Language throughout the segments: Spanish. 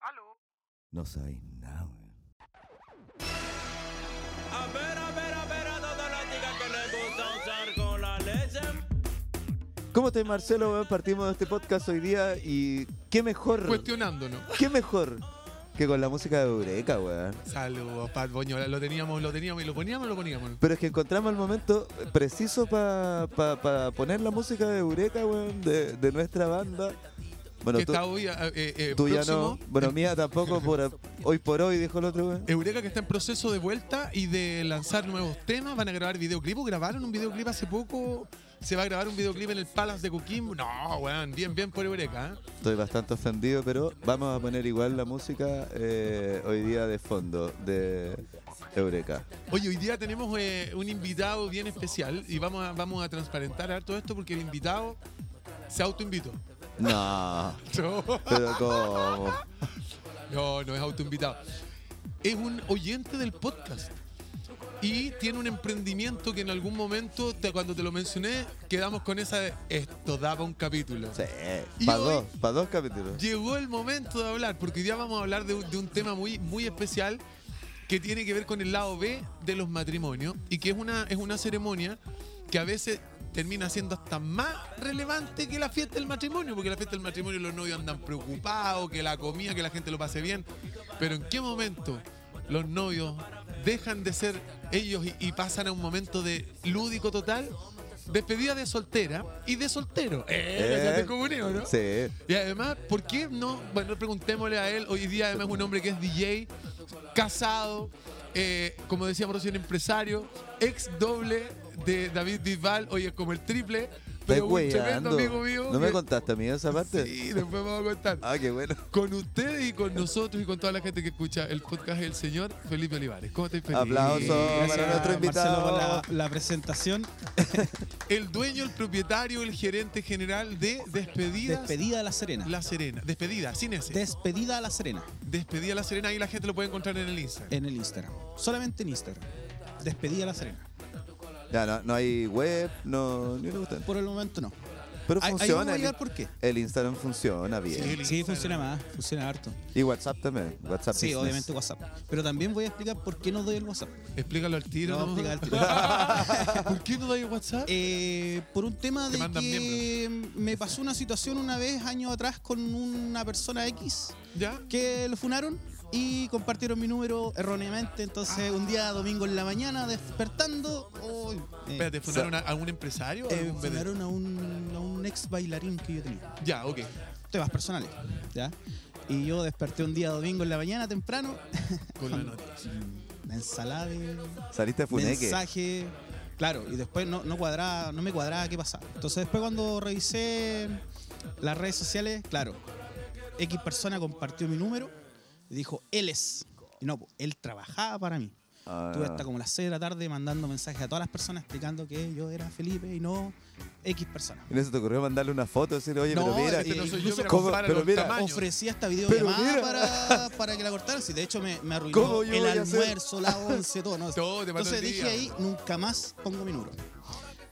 Aló. No sabéis nada, weón. A ver, a ver, a ver, a todas las chicas que les gusta usar con la leche. ¿Cómo estáis, Marcelo? weón? Partimos de este podcast hoy día y qué mejor, Cuestionándonos. qué mejor que con la música de Eureka, weón. Saludos, Pat Boñola. Lo teníamos, lo teníamos y lo poníamos, lo poníamos. Pero es que encontramos el momento preciso para poner la música de Eureka, weón, de, de nuestra banda. Bueno, que tú, está hoy eh, eh, tú ya no. próximo. Eh. Bueno, mía tampoco, por, hoy por hoy, dijo el otro, weón. Eureka que está en proceso de vuelta y de lanzar nuevos temas. Van a grabar videoclip. ¿O Grabaron un videoclip hace poco. Se va a grabar un videoclip en el Palace de Coquimbo. No, weón. Bien, bien por Eureka. ¿eh? Estoy bastante ofendido, pero vamos a poner igual la música eh, hoy día de fondo de Eureka. Oye, hoy día tenemos eh, un invitado bien especial y vamos a, vamos a transparentar a todo esto porque el invitado se autoinvitó. No, No, pero ¿cómo? no, no es autoinvitado. Es un oyente del podcast. Y tiene un emprendimiento que en algún momento, te- cuando te lo mencioné, quedamos con esa de esto daba un capítulo. Sí, Y para hoy- dos, para dos capítulos. Llegó el momento de hablar, porque hoy día vamos a hablar de, un- de un tema muy, muy especial que tiene que ver con el lado B de los matrimonios y que es una, es una ceremonia que a veces termina siendo hasta más relevante que la fiesta del matrimonio, porque la fiesta del matrimonio los novios andan preocupados, que la comida, que la gente lo pase bien, pero ¿en qué momento los novios dejan de ser ellos y, y pasan a un momento de lúdico total? Despedida de soltera y de soltero. Eh, ya te comunico, ¿no? Sí, Y además, ¿por qué no? Bueno, preguntémosle a él. Hoy día, además, es un hombre que es DJ, casado, eh, como decíamos recién, empresario, ex doble de David Bisbal. Hoy es como el triple, estáis pero un weyando. tremendo amigo mío. ¿No me que- contaste a mí esa parte? Sí, después vamos a contar. Ah, qué bueno. Con ustedes y con nosotros y con toda la gente que escucha el podcast del señor Felipe Olivares. ¿Cómo estáis, Felipe? Aplauso para nuestro Marcelo, invitado. por la, la presentación. El dueño, el propietario, el gerente general de Despedidas Despedida a la Serena. La Serena. Despedida, sin ese. Despedida a la Serena Despedida a la Serena y la gente lo puede encontrar en el Instagram. en el Instagram. Solamente en Instagram. Despedida a la Serena. Ya, no, no hay web, no, ni me gusta. Por el momento no. Pero Ahí- Ahí vamos funciona. a el- llegar por qué. El Instagram funciona bien. Sí. Sí, funciona más, funciona harto. Y WhatsApp también. WhatsApp Sí, Business. obviamente WhatsApp. Pero también voy a explicar por qué no doy el WhatsApp. Explícalo al tiro. No, ¿no? explica ¿Por qué no dais WhatsApp? Eh, por un tema Te de mandan que me pasó una situación una vez, años atrás, con una persona X ¿Ya? que lo funaron y compartieron mi número erróneamente. Entonces, un día domingo en la mañana, despertando, uy, eh, Espérate, ¿fundaron a, a un empresario? o eh, algún vedette? funaron a un, a un ex bailarín que yo tenía. Ya, ok. Temas personales, ¿ya? Y yo desperté un día domingo en la mañana temprano, Con la noticia. una ensalada de Saliste funeque. mensaje. Claro, y después no, no cuadraba, no me cuadraba qué pasaba. Entonces después cuando revisé las redes sociales, claro, X persona compartió mi número y dijo, él es. Y no, po, él trabajaba para mí. Ah. Estuve hasta como las 6 de la tarde mandando mensajes a todas las personas explicando que yo era Felipe y no X persona. Y no se te ocurrió mandarle una foto y decir, oye, No, pero mira. este Este no soy yo, incluso mira, ¿cómo? compáralo Pero en mira, tamaño. Ofrecía esta Pero videollamada mira. para, para que la cortaran. Sí, de hecho, me, me arruinó ¿Cómo yo el voy a hacer? almuerzo, la once, todo. ¿no? Todo, te mató Entonces el dije día. ahí, nunca más pongo mi número.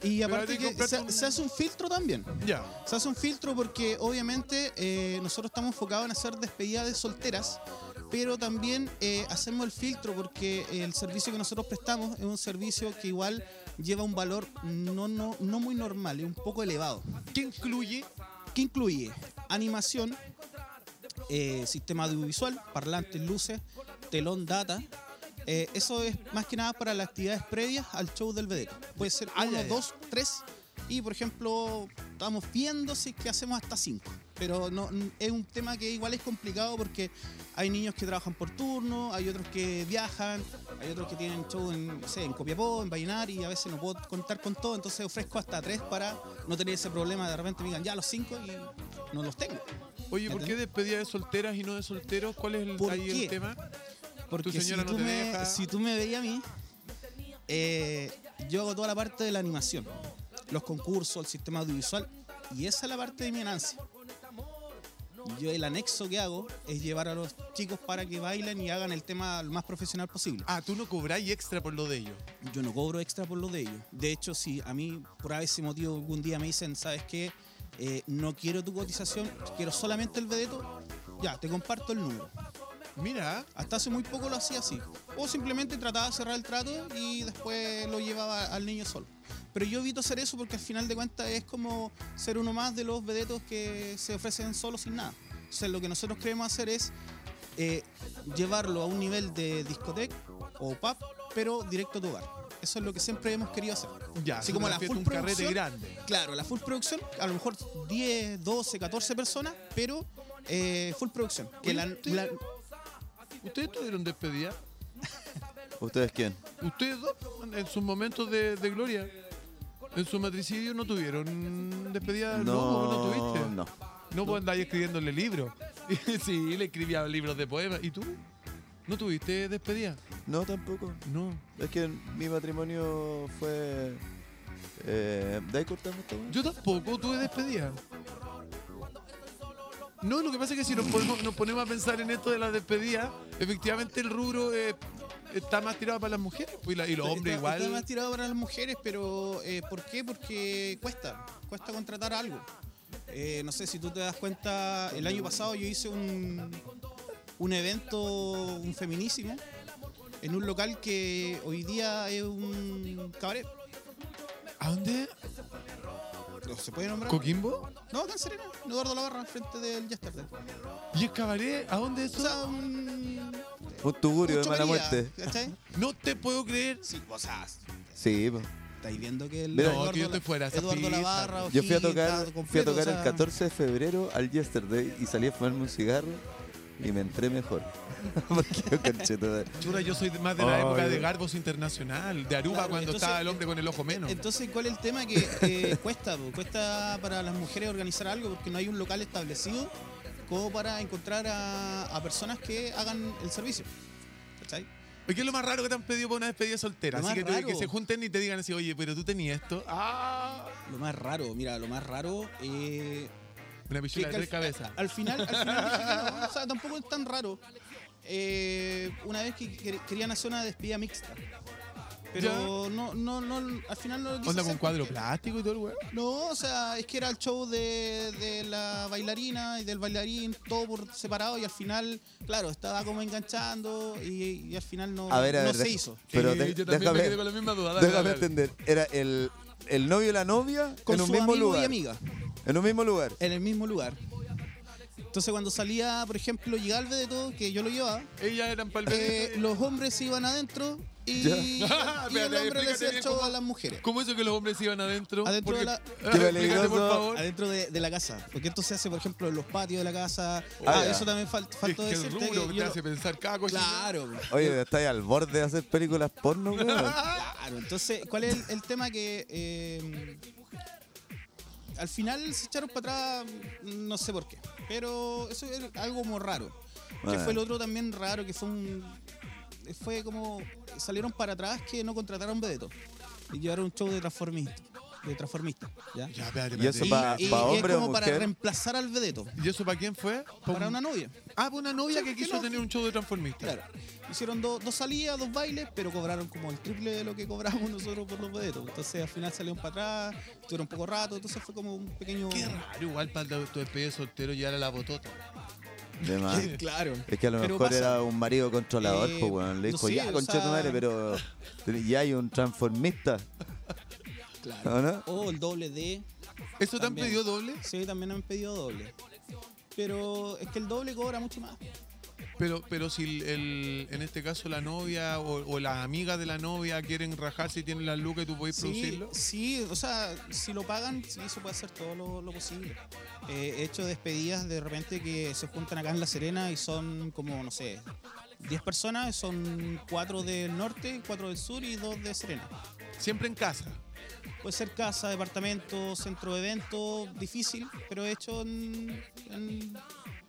Y aparte hay que que comprarte se, un- se hace un filtro también. Ya. Se hace un filtro porque obviamente eh, nosotros estamos enfocados en hacer despedidas de solteras, pero también eh, hacemos el filtro porque el servicio que nosotros prestamos es un servicio que igual lleva un valor no, no, no muy normal, es un poco elevado ¿Qué incluye? que incluye animación, eh, sistema audiovisual, parlantes, luces, telón, data. Eh, eso es más que nada para las actividades previas al show del vedette. Puede ser Ah, ya, uno, ya. dos, tres y, por ejemplo, estamos viendo si es que hacemos hasta cinco. Pero no n- es un tema que igual es complicado porque hay niños que trabajan por turno, hay otros que viajan, hay otros que tienen show en, no sé, en Copiapó, en Vallenar y a veces no puedo contar con todo, entonces ofrezco hasta tres para no tener ese problema de repente me digan ya los cinco y no los tengo. Oye, ¿por qué despedida de solteras y no de solteros? ¿Cuál es el, ¿Por ahí qué? el tema? Porque Tu señora si, no tú te me, deja. si tú me veías a mí, eh, yo hago toda la parte de la animación, los concursos, el sistema audiovisual, y esa es la parte de mi ganancia. Yo el anexo que hago es llevar a los chicos para que bailen y hagan el tema lo más profesional posible. Ah, tú no cobráis extra por lo de ellos. Yo no cobro extra por lo de ellos. De hecho, si a mí por ese motivo algún día me dicen, ¿sabes qué? Eh, no quiero tu cotización, quiero solamente el vedeto, ya, te comparto el número. Mira, Hasta hace muy poco lo hacía así. O simplemente trataba de cerrar el trato y después lo llevaba al niño solo. Pero yo evito hacer eso porque al final de cuentas es como ser uno más de los vedetos que se ofrecen solo sin nada. O sea, lo que nosotros queremos hacer es eh, llevarlo a un nivel de discoteca o pub, pero directo a tu hogar. Eso es lo que siempre hemos querido hacer. ya, Así es como una la fiesta, full un carrete producción, grande. Claro, la full producción, a lo mejor 10, 12, 14 personas, pero eh, full producción. Que la- ¿Viste? la- ¿Ustedes tuvieron despedida? ¿Ustedes quién? ¿Ustedes dos en sus momentos de, de gloria? En su matricidio no tuvieron despedida, no, no, tuviste. no. No puedo andar ahí escribiéndole libros. sí, le escribía libros de poemas. ¿Y tú? ¿No tuviste despedida? No, tampoco. No. Es que mi matrimonio fue. Eh, ¿De ahí cortamos esta weá? Yo tampoco tuve despedida. No, lo que pasa es que si nos, ponemos- nos ponemos a pensar en esto de la despedida, efectivamente el rubro eh, está más tirado para las mujeres pues, y, la- y los hombres Está- igual. Está más tirado para las mujeres, pero eh, ¿por qué? Porque cuesta, cuesta contratar algo. Eh, no sé si tú te das cuenta, el año pasado yo hice un, un evento, un feminísimo, en un local que hoy día es un cabaret. ¿A dónde? ¿Se puede nombrar? ¿Coquimbo? No, acá en Serena, en Eduardo Lavarra, frente del Yesterday. ¿Y el cabaret? ¿A dónde es O eso? sea, un... Un tugurio de mala chopería, muerte. ¿cachai? No te puedo creer. Sí, o sea, Sí, pues. po. estáis viendo que el Mira, No, que yo estoy fuera de esa Eduardo pista. Lavarra, yo fui a O'Higgins, tocar, está fui a completo, tocar o el sea, 14 de febrero al Yesterday y salí a fumarme un cigarro y me entré mejor. Porque yo canché todo. Chura, yo soy de- más de la Ay. época de Garbos Internacional, de Aruba Claro, cuando entonces- estaba el hombre con el ojo menos. Entonces, ¿cuál es el tema que eh, cuesta? po? Cuesta para las mujeres organizar algo porque no hay un local establecido como para encontrar a, a personas que hagan el servicio. ¿Cachai? ¿Y ¿Qué es lo más raro que te han pedido para una despedida soltera? Lo Así más que, te- que raro. se junten y te digan así, oye, pero tú tenías esto. ¡Ah! Lo más raro, mira, lo más raro. eh, Una pichula de que al- tres cabezas. Al final, al final dije que no, o sea, tampoco es tan raro. Eh, una vez que quer- querían hacer una despedida mixta. Pero no, no, no, al final no lo quise Onda con hacer cuadro porque- plástico y todo el weón. No, o sea, es que era el show de, de la bailarina y del bailarín, todo por separado y al final, claro, estaba como enganchando y, y al final no, A ver, a no ver. se dej- hizo. Pero Eh, de- yo también déjame, me quedé con la misma duda. Dale, déjame dale, dale. entender. Era el, el novio y la novia Con en un su mismo amigo lugar. y amiga, En un mismo lugar. en el mismo lugar. Entonces cuando salía, por ejemplo, Gigalve de todo, que yo lo llevaba, Ellas eran palmeras. eh, los hombres se iban adentro y, Ya. y el Espérate, hombre le explícate hacía el bien show cómo- a las mujeres. ¿Cómo eso que los hombres iban adentro? Adentro de la- Explícate, peligroso. por favor. Adentro de, de la casa, porque esto se hace, por ejemplo, en los patios de la casa. Ah, Ah, ya. eso también fal- Es faltó que el decirte rubro que te yo lo- hace pensar cada cosa. Claro. Oye, estáis al borde de hacer películas porno, weón. Claro, entonces, ¿cuál es el, el tema que eh, al final se echaron para atrás? No sé por qué, pero eso es algo como raro. Que Bueno. fue el otro también raro, que fue un. Fue como. Salieron para atrás que no contrataron vedeto y llevaron un show de transformista. De transformista ¿ya? Ya, espérate, Y eso Y, espérate. pa- y- pa y es hombre o como para mujer. reemplazar al vedeto, ¿Y eso para quién fue? Pa' para un- una novia. Ah, para una novia Sí, que ¿por qué quiso no? tener un show de transformista. Claro. Hicieron dos dos salidas, dos bailes, pero cobraron como el triple de lo que cobramos nosotros por los vedetos. Entonces al final salieron para atrás, estuvieron poco rato, entonces fue como un pequeño. Qué raro, igual para tu despedida de soltero llegar a la botota. De más. claro. Es que a lo Pero mejor pasa. era un marido controlador, Eh, pues, weón. Le no dijo, sé, ya, o concha tu sea- madre, pero ya hay un transformista. Claro. ¿O ¿Ah, no? el doble D. ¿Eso te han También. pedido doble? Sí, también han pedido doble. Pero es que el doble cobra mucho más. Pero, pero si el, el- en este caso la novia o, o las amigas de la novia quieren rajarse y tienen las lucas y tú podés Sí, producirlo. sí, o sea, si lo pagan, sí, se puede hacer todo lo, lo posible. Eh, he hecho despedidas de repente que se juntan acá en La Serena y son como, no sé, 10 personas, son 4 del norte, 4 del sur y 2 de Serena. Siempre en casa. Puede ser casa, departamento, centro de eventos, difícil, pero he hecho en, en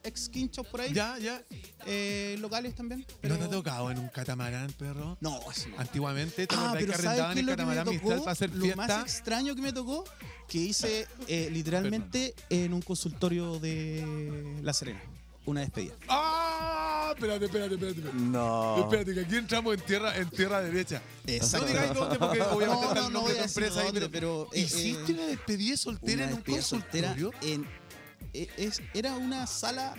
ex quinchos por ahí, Ya, ya. eh, locales también. ¿No pero- te ha tocado en un catamarán, perro? No, eso no. Antiguamente te Ah, acordás pero que ¿sabes arrendaban qué es el lo que me catamarán Mistral tocó? para hacer Lo más fiesta. Ah, extraño que me tocó, que hice eh, literalmente en un consultorio de La Serena. Una despedida. ¡Ah! Espérate, espérate, espérate. espérate. No. Espérate, que aquí entramos en tierra, en tierra derecha. No digáis dónde, porque No, obviamente no, está no el nombre voy de tu a decir empresa ahí, pero. dónde, pero, eh, ¿Hiciste eh, una despedida soltera Una en un despedida soltera consultorio? en- e- es- era una sala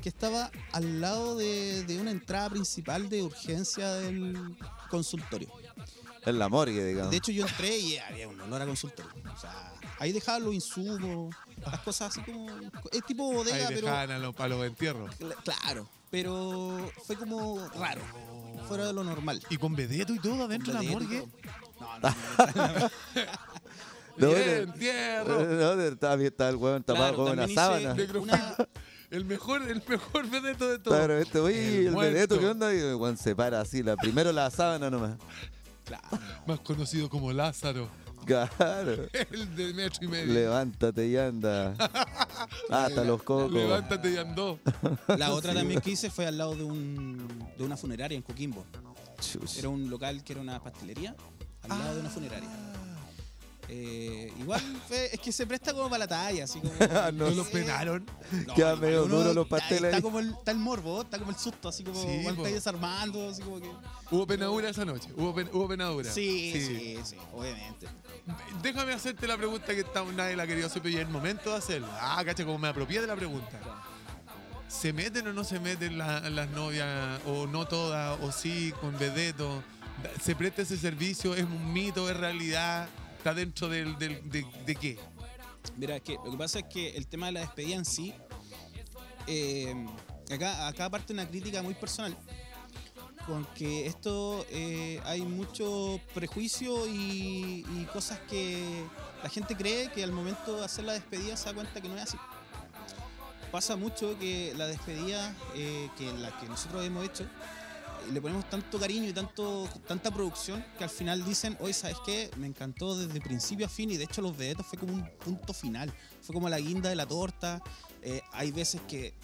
que estaba al lado de, de una entrada principal de urgencia del consultorio. En la morgue, digamos. De hecho, yo entré y había un olor a consultorio. O sea, ahí dejaban los insumos, las cosas así como. Es tipo Ahí bodega, pero. dejaban a los, a los entierros. cl- Claro, pero fue como raro, fuera de lo normal. Y con vedeto y todo adentro de la morgue. No, no, No, Bien, de- entierro. No, de- estaba bien, estaba el weón tapado Claro, con una también hice- sábana. de- Necrofilia. El mejor, el mejor vedeto de todo. Claro, este, oye, El el, muerto. veneto, ¿qué onda? Y el weón se para así, la, primero la sábana nomás. claro. Más conocido como Lázaro. Claro. El de metro y medio. Levántate y anda. Hasta los cocos. Levántate y andó. La otra también que hice fue al lado de, un, de una funeraria en Coquimbo. Chuch. Era un local que era una pastelería al lado de una funeraria. Ah. Eh, igual fue- es que se presta como para la talla, así como. No no los sé. penaron. No, Queda igual medio uno duro los está- pasteles Está, ahí. como el, está el morbo, está como el susto, así como Sí, igual po. está ahí desarmando, así como que. Hubo penadura esa noche. Hubo, pen- hubo penadura. Sí, sí, sí, obviamente. Déjame hacerte la pregunta que está- nadie la ha querido hacer, pero ya es el momento de hacerla. Ah, cacha, como me apropié de la pregunta. ¿Se meten o no se meten la- las novias? ¿O no todas? ¿O sí, con vedeto? ¿Se presta ese servicio? ¿Es un mito? ¿Es realidad? ¿Está dentro del, del- de, de qué? Mira, es que lo que pasa es que el tema de la despedida en sí, eh, acá, acá parte una crítica muy personal, con que esto eh, hay mucho prejuicio y, y cosas que la gente cree que al momento de hacer la despedida se da cuenta que no es así. Pasa mucho que la despedida eh, que la que nosotros hemos hecho, eh, le ponemos tanto cariño y tanto, tanta producción que al final dicen, hoy sabes qué, me encantó desde principio a fin y de hecho los vedetos fue como un punto final, fue como la guinda de la torta. Eh, hay veces que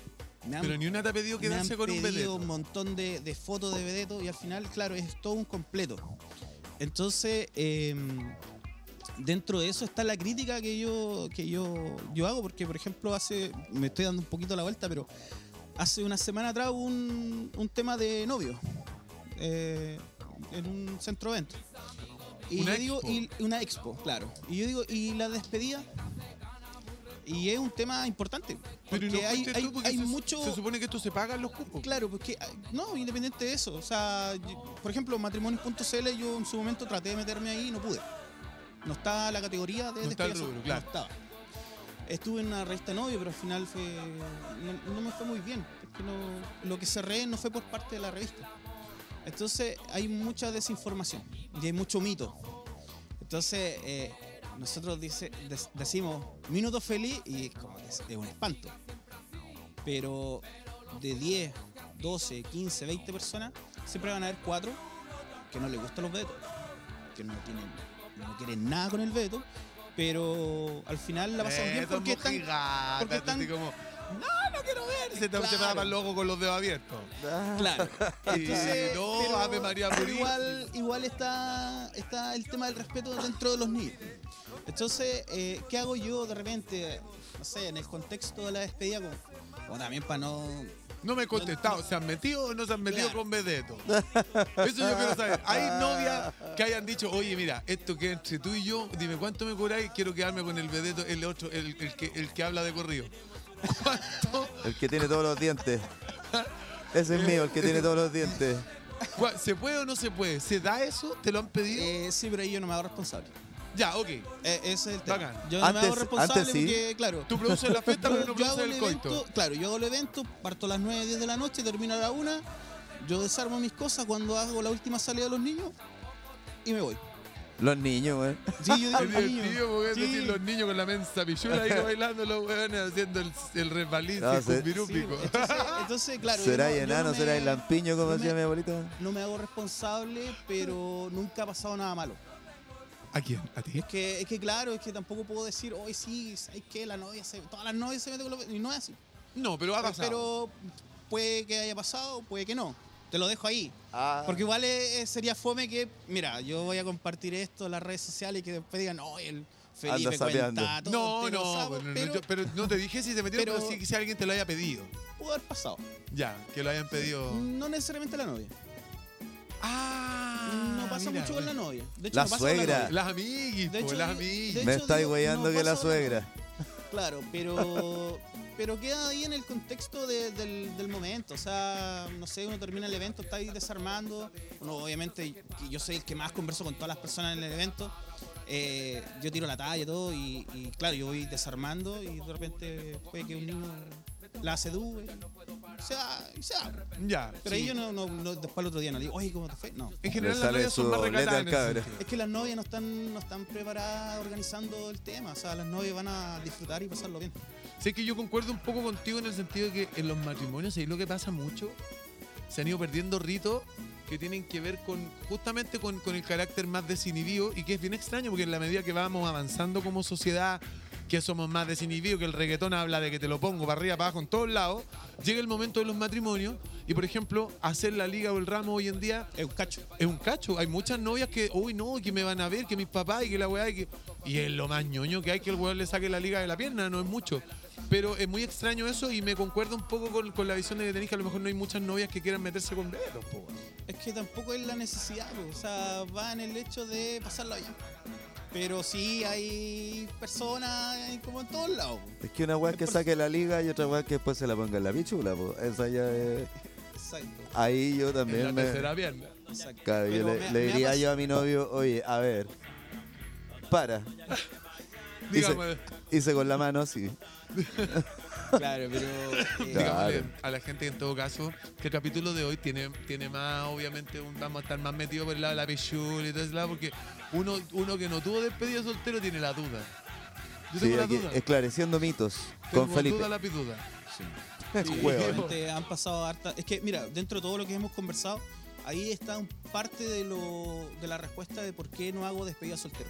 me han Pero ni una te ha pedido me han quedarse con un pedido vedeto. un montón de, de fotos de vedeto y al final, claro, es todo un completo. Entonces, eh, dentro de eso está la crítica que yo que yo, yo hago, porque por ejemplo hace, me estoy dando un poquito la vuelta, pero hace una semana atrás hubo un, un tema de novio eh, en un centro evento. Y Una yo digo, y- expo. una expo, claro. Y yo digo, y la despedida. Y es un tema importante. Porque Pero no hay, fuiste tú, hay, porque hay se, mucho. se supone que esto se pagan los cupos. Claro, porque ah, no, independiente de eso. O sea, yo- por ejemplo, matrimonios.cl yo en su momento traté de meterme ahí y no pude. No estaba la categoría de No está el despedida rubro, soltera, claro. no estaba. Estuve en una revista de novio, pero al final fue no, no me fue muy bien, porque no, lo que cerré no fue por parte de la revista. Entonces hay mucha desinformación y hay mucho mito. Entonces eh, nosotros dice- dec- decimos minuto feliz y es como que es es un espanto. Pero de 10, 12, 15, 20 personas, siempre van a haber cuatro que no les gustan los vetos, que no tienen, no quieren nada con el veto, pero al final la pasan bien Vedetos porque están. mojigatas, porque están- así como, no, no quiero ver. Se te, se Claro. te tapa el ojo con los dedos abiertos. Ah, Claro. Entonces, Entonces, no, pero- Ave María pero Purísima. Igual, igual está, está el tema del respeto dentro de los niños. Entonces, eh, ¿qué hago yo de repente? No sé, en el contexto de la despedida, como, o también para no. No me he contestado, ¿se han metido o no se han metido Claro. con Vedeto? Eso yo quiero saber. Hay novias que hayan dicho, oye, mira, esto que entre tú y yo, dime cuánto me curáis, quiero quedarme con el Vedeto, el otro, el, el que, el que habla de corrido. ¿Cuánto? El que tiene todos los dientes. Ese es mío, el que tiene todos los dientes. ¿Cuá- ¿Se puede o no se puede? ¿Se da eso? ¿Te lo han pedido? Eh, sí, pero ahí yo no me hago responsable. ya, ok. Eh, ese es el tema. Bacán. Yo no me Antes- hago responsable antes sí. porque, claro. Tú produces la fiesta, pero no yo hago produces el coito. evento, claro, yo hago el evento, parto a las 9, 10 de la noche, termino a la 1, yo desarmo mis cosas cuando hago la última salida de los niños y me voy. Los niños, weón. Sí, yo digo, Es divertido niños, porque es sí. decir, los niños con la mensa pichula ahí bailando, los weones haciendo el, el resbalín, No, el se- Ah, Sí, cumbirupico. entonces, entonces, claro. yo ¿Será no- yo enano? no me- ¿Será lampiño, como no decía me- mi abuelita? No me hago responsable, pero nunca ha pasado nada malo. ¿A quién? ¿A ti? Es que, es que claro, es que tampoco puedo decir, hoy sí, ¿sabes qué? La novia se, todas las novias se meten con los... Y no es así. No, pero ha pasado. Pero puede que haya pasado, puede que no. Te lo dejo ahí. Ah, Porque igual eh, sería fome que, mira, yo voy a compartir esto en las redes sociales y que después digan, no, el Felipe Anda sapeando". cuenta todo. No, entero, no, sapo", bueno, no, yo- pero pero, no te dije si se metieron, pero, pero- sí que si alguien te lo haya pedido. pudo haber pasado. Ya, que lo hayan pedido. No necesariamente la novia. Ah, No pasa mucho con la novia. De hecho, La no pasa con la suegra. novia. Las amiguis, De po, hecho, las yo- de amiguis. hecho, me estáis digo, weyando no que la pasa- suegra. Claro, pero pero queda ahí en el contexto de- del, del momento. O sea, no sé, uno termina el evento, está ahí desarmando. Uno, obviamente, que yo soy el que más converso con todas las personas en el evento. Eh, yo tiro la talla y todo, y, y claro, yo voy desarmando y de repente puede que un niño la sedúe. Se va, y se va. Ya. Pero ahí sí. yo no, no- no- después al otro día no le digo, oye, ¿cómo te fue? No. En general Le las sale novias son su más doblete recatadas al en ese cabre. sentido. Es que las novias no están, no están preparadas organizando el tema. O sea, las novias van a disfrutar y pasarlo bien. Sé que yo concuerdo un poco contigo en el sentido de que en los matrimonios, ahí lo que pasa mucho, se han ido perdiendo ritos que tienen que ver con justamente con, con el carácter más desinhibido y que es bien extraño porque en la medida que vamos avanzando como sociedad, que somos más desinhibidos, que el reggaetón habla de que te lo pongo para arriba, para abajo, en todos lados, llega el momento de los matrimonios y, por ejemplo, hacer la liga o el ramo hoy en día Es un cacho. es un cacho. Hay muchas novias que, uy, no, que me van a ver, que mis papás y que la weá. Y, que... y es lo más ñoño que hay que el weón le saque la liga de la pierna, no es mucho. Pero es muy extraño eso y me concuerda un poco con, con la visión de que tenéis que a lo mejor no hay muchas novias que quieran meterse con dedos, po, weón. Es que tampoco es la necesidad, po. o sea, va en el hecho de pasarlo bien. Pero sí hay personas eh, como en todos lados. po. Es que una weá que saque la liga y otra weá que después se la ponga en la pichula, po. Esa ya es- Exacto, Ahí yo En la también me. tercera pierna. exacto. Claro, yo Pero le, me- le me ha diría pas- yo a mi novio, oye, a ver, para. Y se- Dígame, Hice con la mano así. Claro, pero. eh, Claro. dígame a la gente en todo caso que el capítulo de hoy tiene, tiene más, obviamente, un- vamos a estar más metidos por el lado de la pichula y todo ese lado, porque uno, uno que no tuvo despedida de soltero tiene la duda. Sí, Yo tengo la aquí, duda. esclareciendo mitos Tengo con Felipe. duda la pituda. Sí, Huevo. obviamente han pasado harta. Es que, mira, dentro de todo lo que hemos conversado, ahí está un- parte de, lo, de la respuesta de por qué no hago despedida soltero.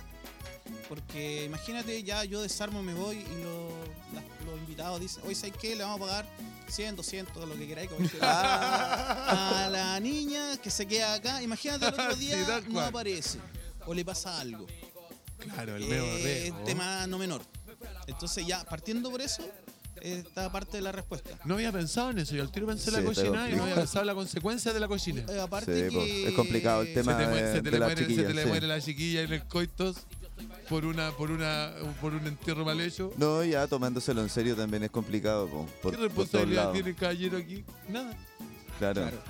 Porque imagínate, ya yo desarmo, me voy y lo- las- los invitados dicen: Hoy, ¿sabes qué? Le vamos a pagar 100, 200, lo que queráis. como dije, a, a la niña que se queda acá. Imagínate, el otro Sí, día tal no cual. aparece o le pasa algo. Eh, Claro, el Es meo un tema no menor. Entonces, ya partiendo por eso, eh, está parte de la respuesta. No había pensado en eso, yo al tiro pensé en Sí, la está cochina y no había complicado. pensado en la consecuencia de la cochina. Eh, aparte Sí, po, que- es complicado el Se tema te, muere, de, se te de le las muere, se chiquillas, te le sí. muere la chiquilla en el coitos por una, por una, por un entierro mal hecho. No, ya tomándoselo en serio también es complicado. po, por- ¿Qué por todos responsabilidad lados. tiene el caballero aquí? Nada. Claro. Claro.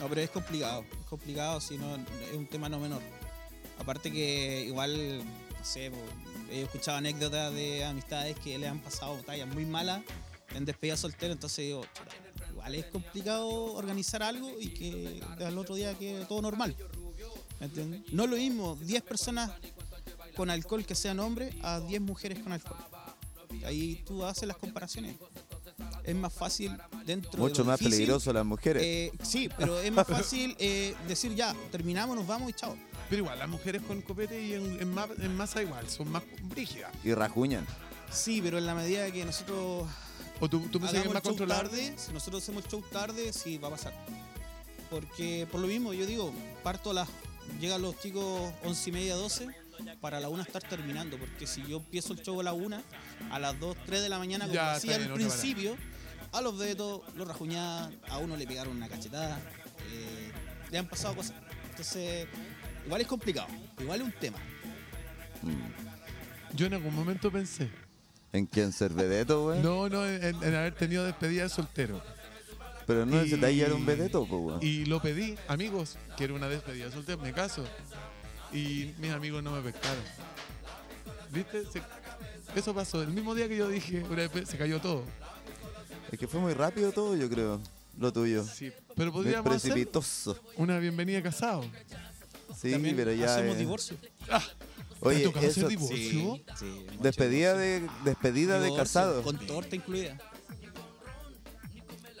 No, pero es complicado. Es complicado, si no, es un tema no menor. Aparte que igual, no sé, po, he escuchado anécdotas de amistades que le han pasado batallas muy malas en despedida soltero, entonces digo, chuta, igual es complicado organizar algo y que al otro día quede todo normal. ¿Me entiendes? No es lo mismo 10 personas con alcohol que sean hombres a 10 mujeres con alcohol. Ahí tú haces las comparaciones. Es más fácil dentro de Mucho lo más difícil, peligroso las mujeres. eh, sí, pero es más fácil eh, decir ya, terminamos, nos vamos y chao. Pero igual, las mujeres con copete y en, en ma- en masa igual, son más brígidas. y rajuñan. Sí, pero en la medida que nosotros ¿O tú, tú pensás que hagamos es el más show controlable? tarde, si nosotros hacemos el show tarde, sí va a pasar. Porque por lo mismo, yo digo, parto a las. Llegan los chicos 11 y media, 12, para la 1 estar terminando. Porque si yo empiezo el show a la 1, a las 2, 3 de la mañana, como Ya, hacía está al bien, otra principio, a los dedos los rajuñaban, a uno le pegaron una cachetada, eh, le han pasado cosas. Entonces, igual es complicado, igual es un tema. Mm. Yo en algún momento pensé. ¿En quién ser vedeto, güey? No, no, en, en haber tenido despedida de soltero. Pero no Y- se te va a llegar un vedeto, po, güey. Y lo pedí, amigos, quiero una despedida soltera, me caso. Y mis amigos no me pescaron. ¿Viste? Se- eso pasó. El mismo día que yo dije, una vez se cayó todo. Es que fue muy rápido todo, yo creo. Lo tuyo. Sí. Pero Muy podríamos hacer precipitoso. una bienvenida casado. Sí, También pero ya. hacemos eh, divorcio. ¿Te Oye, ha tocado hacer eso- divorcio? sí, mucho despedida divorcio. de despedida de Divorcio, casado. Con torta incluida.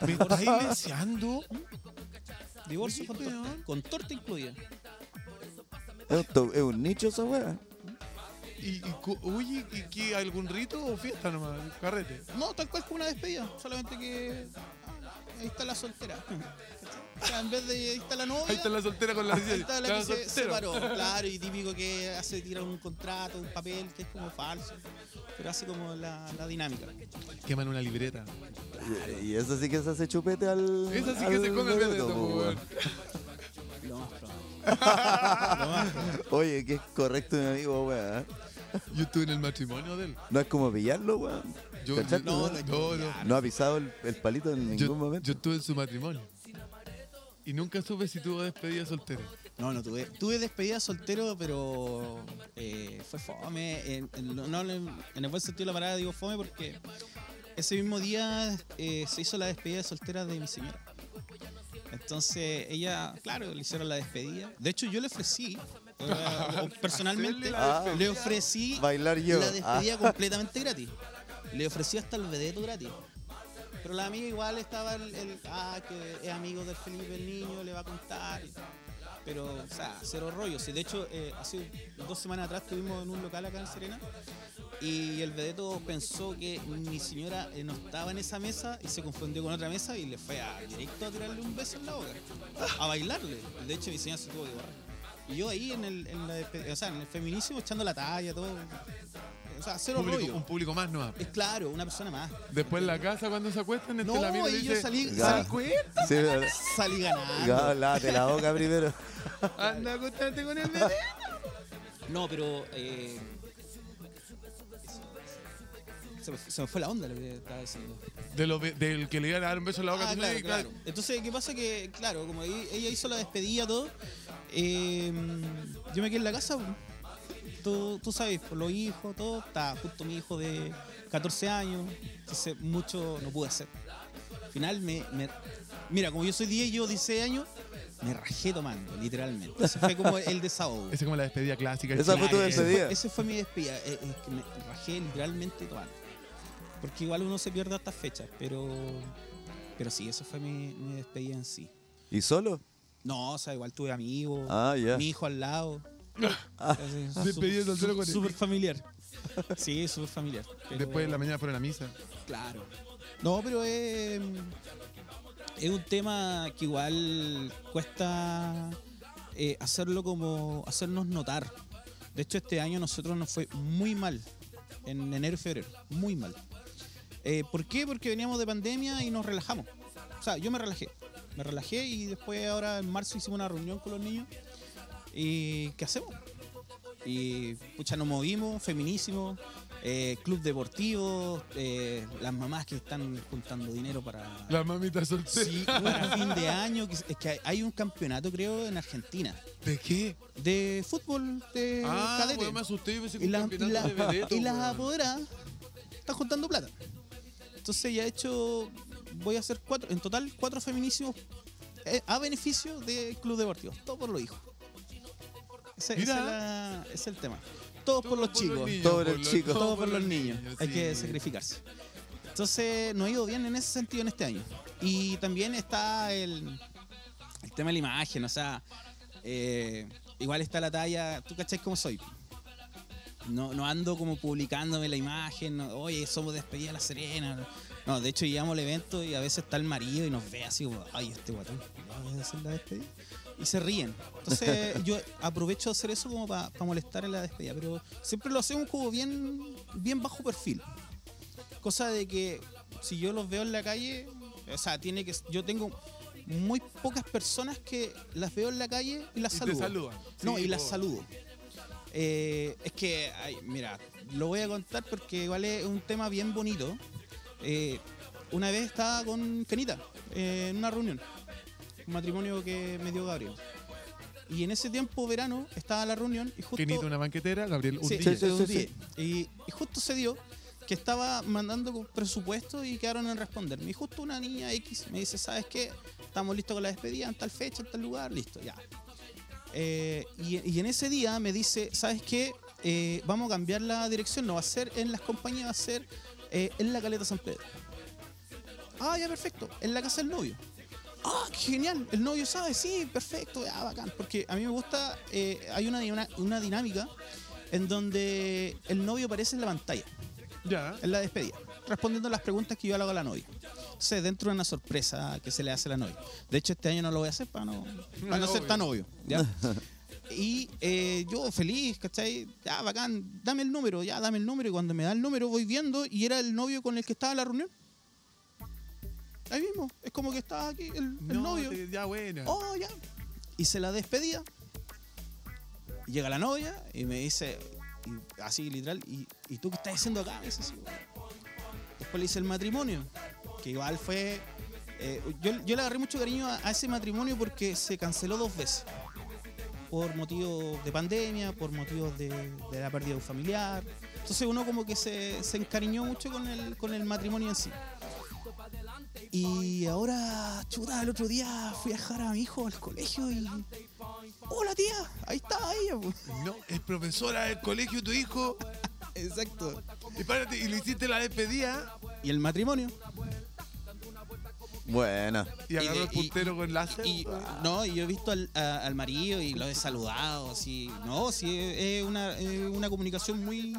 ¿Me estás iniciando? Divorcio con Sí, torta. weón. Con torta incluida. Es un to- es un nicho esa weá. Y, y cu- oye, ¿y qué, ¿algún rito o fiesta nomás? Carrete. No, tal cual como una despedida. Solamente que. ah, Ahí está la soltera. O sea, en vez de. Ahí está la novia. Ahí está la soltera con la ahí está la que se soltera. separó. Claro, y típico que hace tirar un contrato, un papel que es como falso. Pero hace como la, la dinámica. Queman una libreta. Y- Y eso sí que se hace chupete al. Esa sí que se al come el vedeto, vedeto, Uh, po, po, weón. weón. Lo más probable. Oye, que es correcto mi amigo, weón. Yo estuve en el matrimonio de él. No es como pillarlo, weón. Yo, ¿Cachaste, no, no? no, no, No ha pisado el, el palito en Yo, ningún momento. yo estuve en su matrimonio. Y nunca supe si tuvo despedida soltera. No, no tuve. Tuve despedida soltero, pero eh, fue fome. En, en lo- no, en- en el buen sentido de la palabra digo fome porque ese mismo día eh, se hizo la despedida soltera de mi señora. Entonces ella, claro, le hicieron la despedida. De hecho, yo le ofrecí, eh, personalmente, la despedida. le ofrecí Bailar yo. la Ah, despedía completamente gratis. Le ofrecí hasta el vedeto gratis. Pero la amiga igual estaba el, el, ah, que es amigo del Felipe el niño, le va a contar. y tal. Pero, o sea, cero rollo. Sí, de hecho, eh, hace dos semanas atrás estuvimos en un local acá en Serena y el vedeto pensó que mi señora eh, no estaba en esa mesa y se confundió con otra mesa y le fue a directo a tirarle un beso en la boca, a bailarle. De hecho, mi señora se tuvo que borrar. Y yo ahí en el, en la despe- o sea, en el feminismo echando la talla, todo. O sea, cero Público- rollo. un público más no habla. Es claro, una persona más. Después en la casa, cuando se acuestan, este No, la mina le y yo dice, salí, Ya. salí, sí, verdad. salí ganando. Ya, lávate la boca primero. anda a acostarte con el bebé. No, pero. eh, se, me, se me fue la onda lo que estaba diciendo. De lo be- del que le iba a dar un beso en la boca. Ah, tú claro, le- claro. claro. Entonces, ¿qué pasa? Que, claro, como ahí- ella hizo la despedida, todo. eh, yo me quedé en la casa. Tú, tú sabes, por los hijos, todo. Está justo mi hijo de 14 años. Entonces, mucho no pude hacer. Al final, me, me- mira, como yo soy 10, yo 16 años, me rajé tomando, literalmente. Ese fue como el desahogo. Esa es como la despedida clásica. el Esa fue tu chiste. ese despedida. fue- Ese fue mi despedida. eh, eh, que me rajé literalmente tomando. Porque igual uno se pierde estas fechas, pero. Pero sí, eso fue mi, mi despedida en sí. ¿Y solo? No, o sea, igual tuve amigos, Ah, ya. mi hijo al lado. Entonces, Ah. Despedida súper- soltero con el- Súper familiar. Sí, súper familiar. pero- Después en la mañana fueron a misa. Claro. No, pero eh, es. Es un tema que igual cuesta eh, hacerlo como. hacernos notar. De hecho, este año nosotros nos fue muy mal. En enero y febrero. Muy mal. Eh, ¿Por qué? Porque veníamos de pandemia y nos relajamos. O sea, yo me relajé. Me relajé y después ahora en marzo hicimos una reunión con los niños. ¿Y qué hacemos? Y pucha, nos movimos, feminísimo, eh, club deportivo, eh, las mamás que están juntando dinero para, La mamita soltera. Sí, para fin de año. que- es que hay- hay un campeonato, creo, en Argentina ¿De qué? de fútbol de Ah, cadete. weón, me asusté y pensé que Eh, y, un las- y campeonato la- de vedeto, y las weón. apoderadas están juntando plata. Entonces ya he hecho, voy a hacer cuatro, en total cuatro feminísimos eh, a beneficio del club deportivo. Todo por los hijos. Ese, ese Mira. es la- ese es el tema. Todos por los chicos, niños, todo por los chicos. todo por los niños. Hay sí. que sacrificarse. Entonces no ha ido bien en ese sentido en este año. Y también está el, el tema de la imagen, o sea, eh, igual está la talla, tú cachás cómo soy. No, no ando como publicándome la imagen, no, oye, somos despedida a la Serena. No, de hecho llegamos al evento y a veces está el marido y nos ve así como, ay, este guatón, ¿no va a hacer la despedida? Y se ríen. Entonces yo aprovecho de hacer eso como para molestar en la despedida, pero siempre lo hacemos como bien, bien bajo perfil. Cosa de que si yo los veo en la calle, o sea, tiene que, yo tengo muy pocas personas que las veo en la calle y las Y te saludo. saludan. No, Sí, y las po. saludo. Eh, es que, ay, mira, lo voy a contar porque vale un tema bien bonito. Eh, una vez estaba con Kenita eh, en una reunión, un matrimonio que me dio Gabriel. Y en ese tiempo, verano, estaba la reunión y justo. Kenita una banquetera, Gabriel un Sí, DJ. sí, Sí, sí, un sí, día. Y, y justo se dio que estaba mandando con presupuesto y quedaron en responderme. Y justo una niña X me dice, ¿sabes qué? Estamos listos con la despedida en tal fecha, en tal lugar, listo, ya. Eh, y, y en ese día me dice, ¿sabes qué? Eh, vamos a cambiar la dirección, no va a ser en las compañías, va a ser eh, en la Caleta San Pedro. Ah, ya, perfecto, en la casa del novio. ¡Ah, qué genial! El novio sabe, sí, perfecto, ah, bacán. Porque a mí me gusta, eh, hay una, di- una- una dinámica en donde el novio aparece en la pantalla, Ya. en la despedida, respondiendo las preguntas que yo le hago a la novia. Entonces, dentro de una sorpresa que se le hace a la novia. De hecho, este año no lo voy a hacer para no, para no es ser obvio. tan obvio. ¿ya? Y eh, yo feliz, ¿cachai? Ya, bacán, dame el número, ya, dame el número. Y cuando me da el número voy viendo y era el novio con el que estaba en la reunión. Ahí mismo, es como que estaba aquí el, el No, novio. te- ya buena. Oh, ya. Y se la despedía. Llega la novia y me dice, y así literal, ¿y, y tú qué estás haciendo acá? Me dice así, "Weón, te Después le hice el matrimonio, que igual fue... eh, yo, yo le agarré mucho cariño a, a ese matrimonio porque se canceló dos veces. Por motivos de pandemia, por motivos de, de la pérdida de un familiar. Entonces uno como que se, se encariñó mucho con el, con el matrimonio en sí. Y ahora, chuta, el otro día fui a dejar a mi hijo al colegio y... ¡Hola tía! Ahí estaba ella. po. No, es profesora del colegio tu hijo. Exacto. Y párate, y le hiciste la despedida Y el matrimonio. Bueno. y agarró de- el puntero con láser. Y, no, y yo he visto al, a- al marido y lo he saludado, así. No, sí, es una, es una comunicación muy,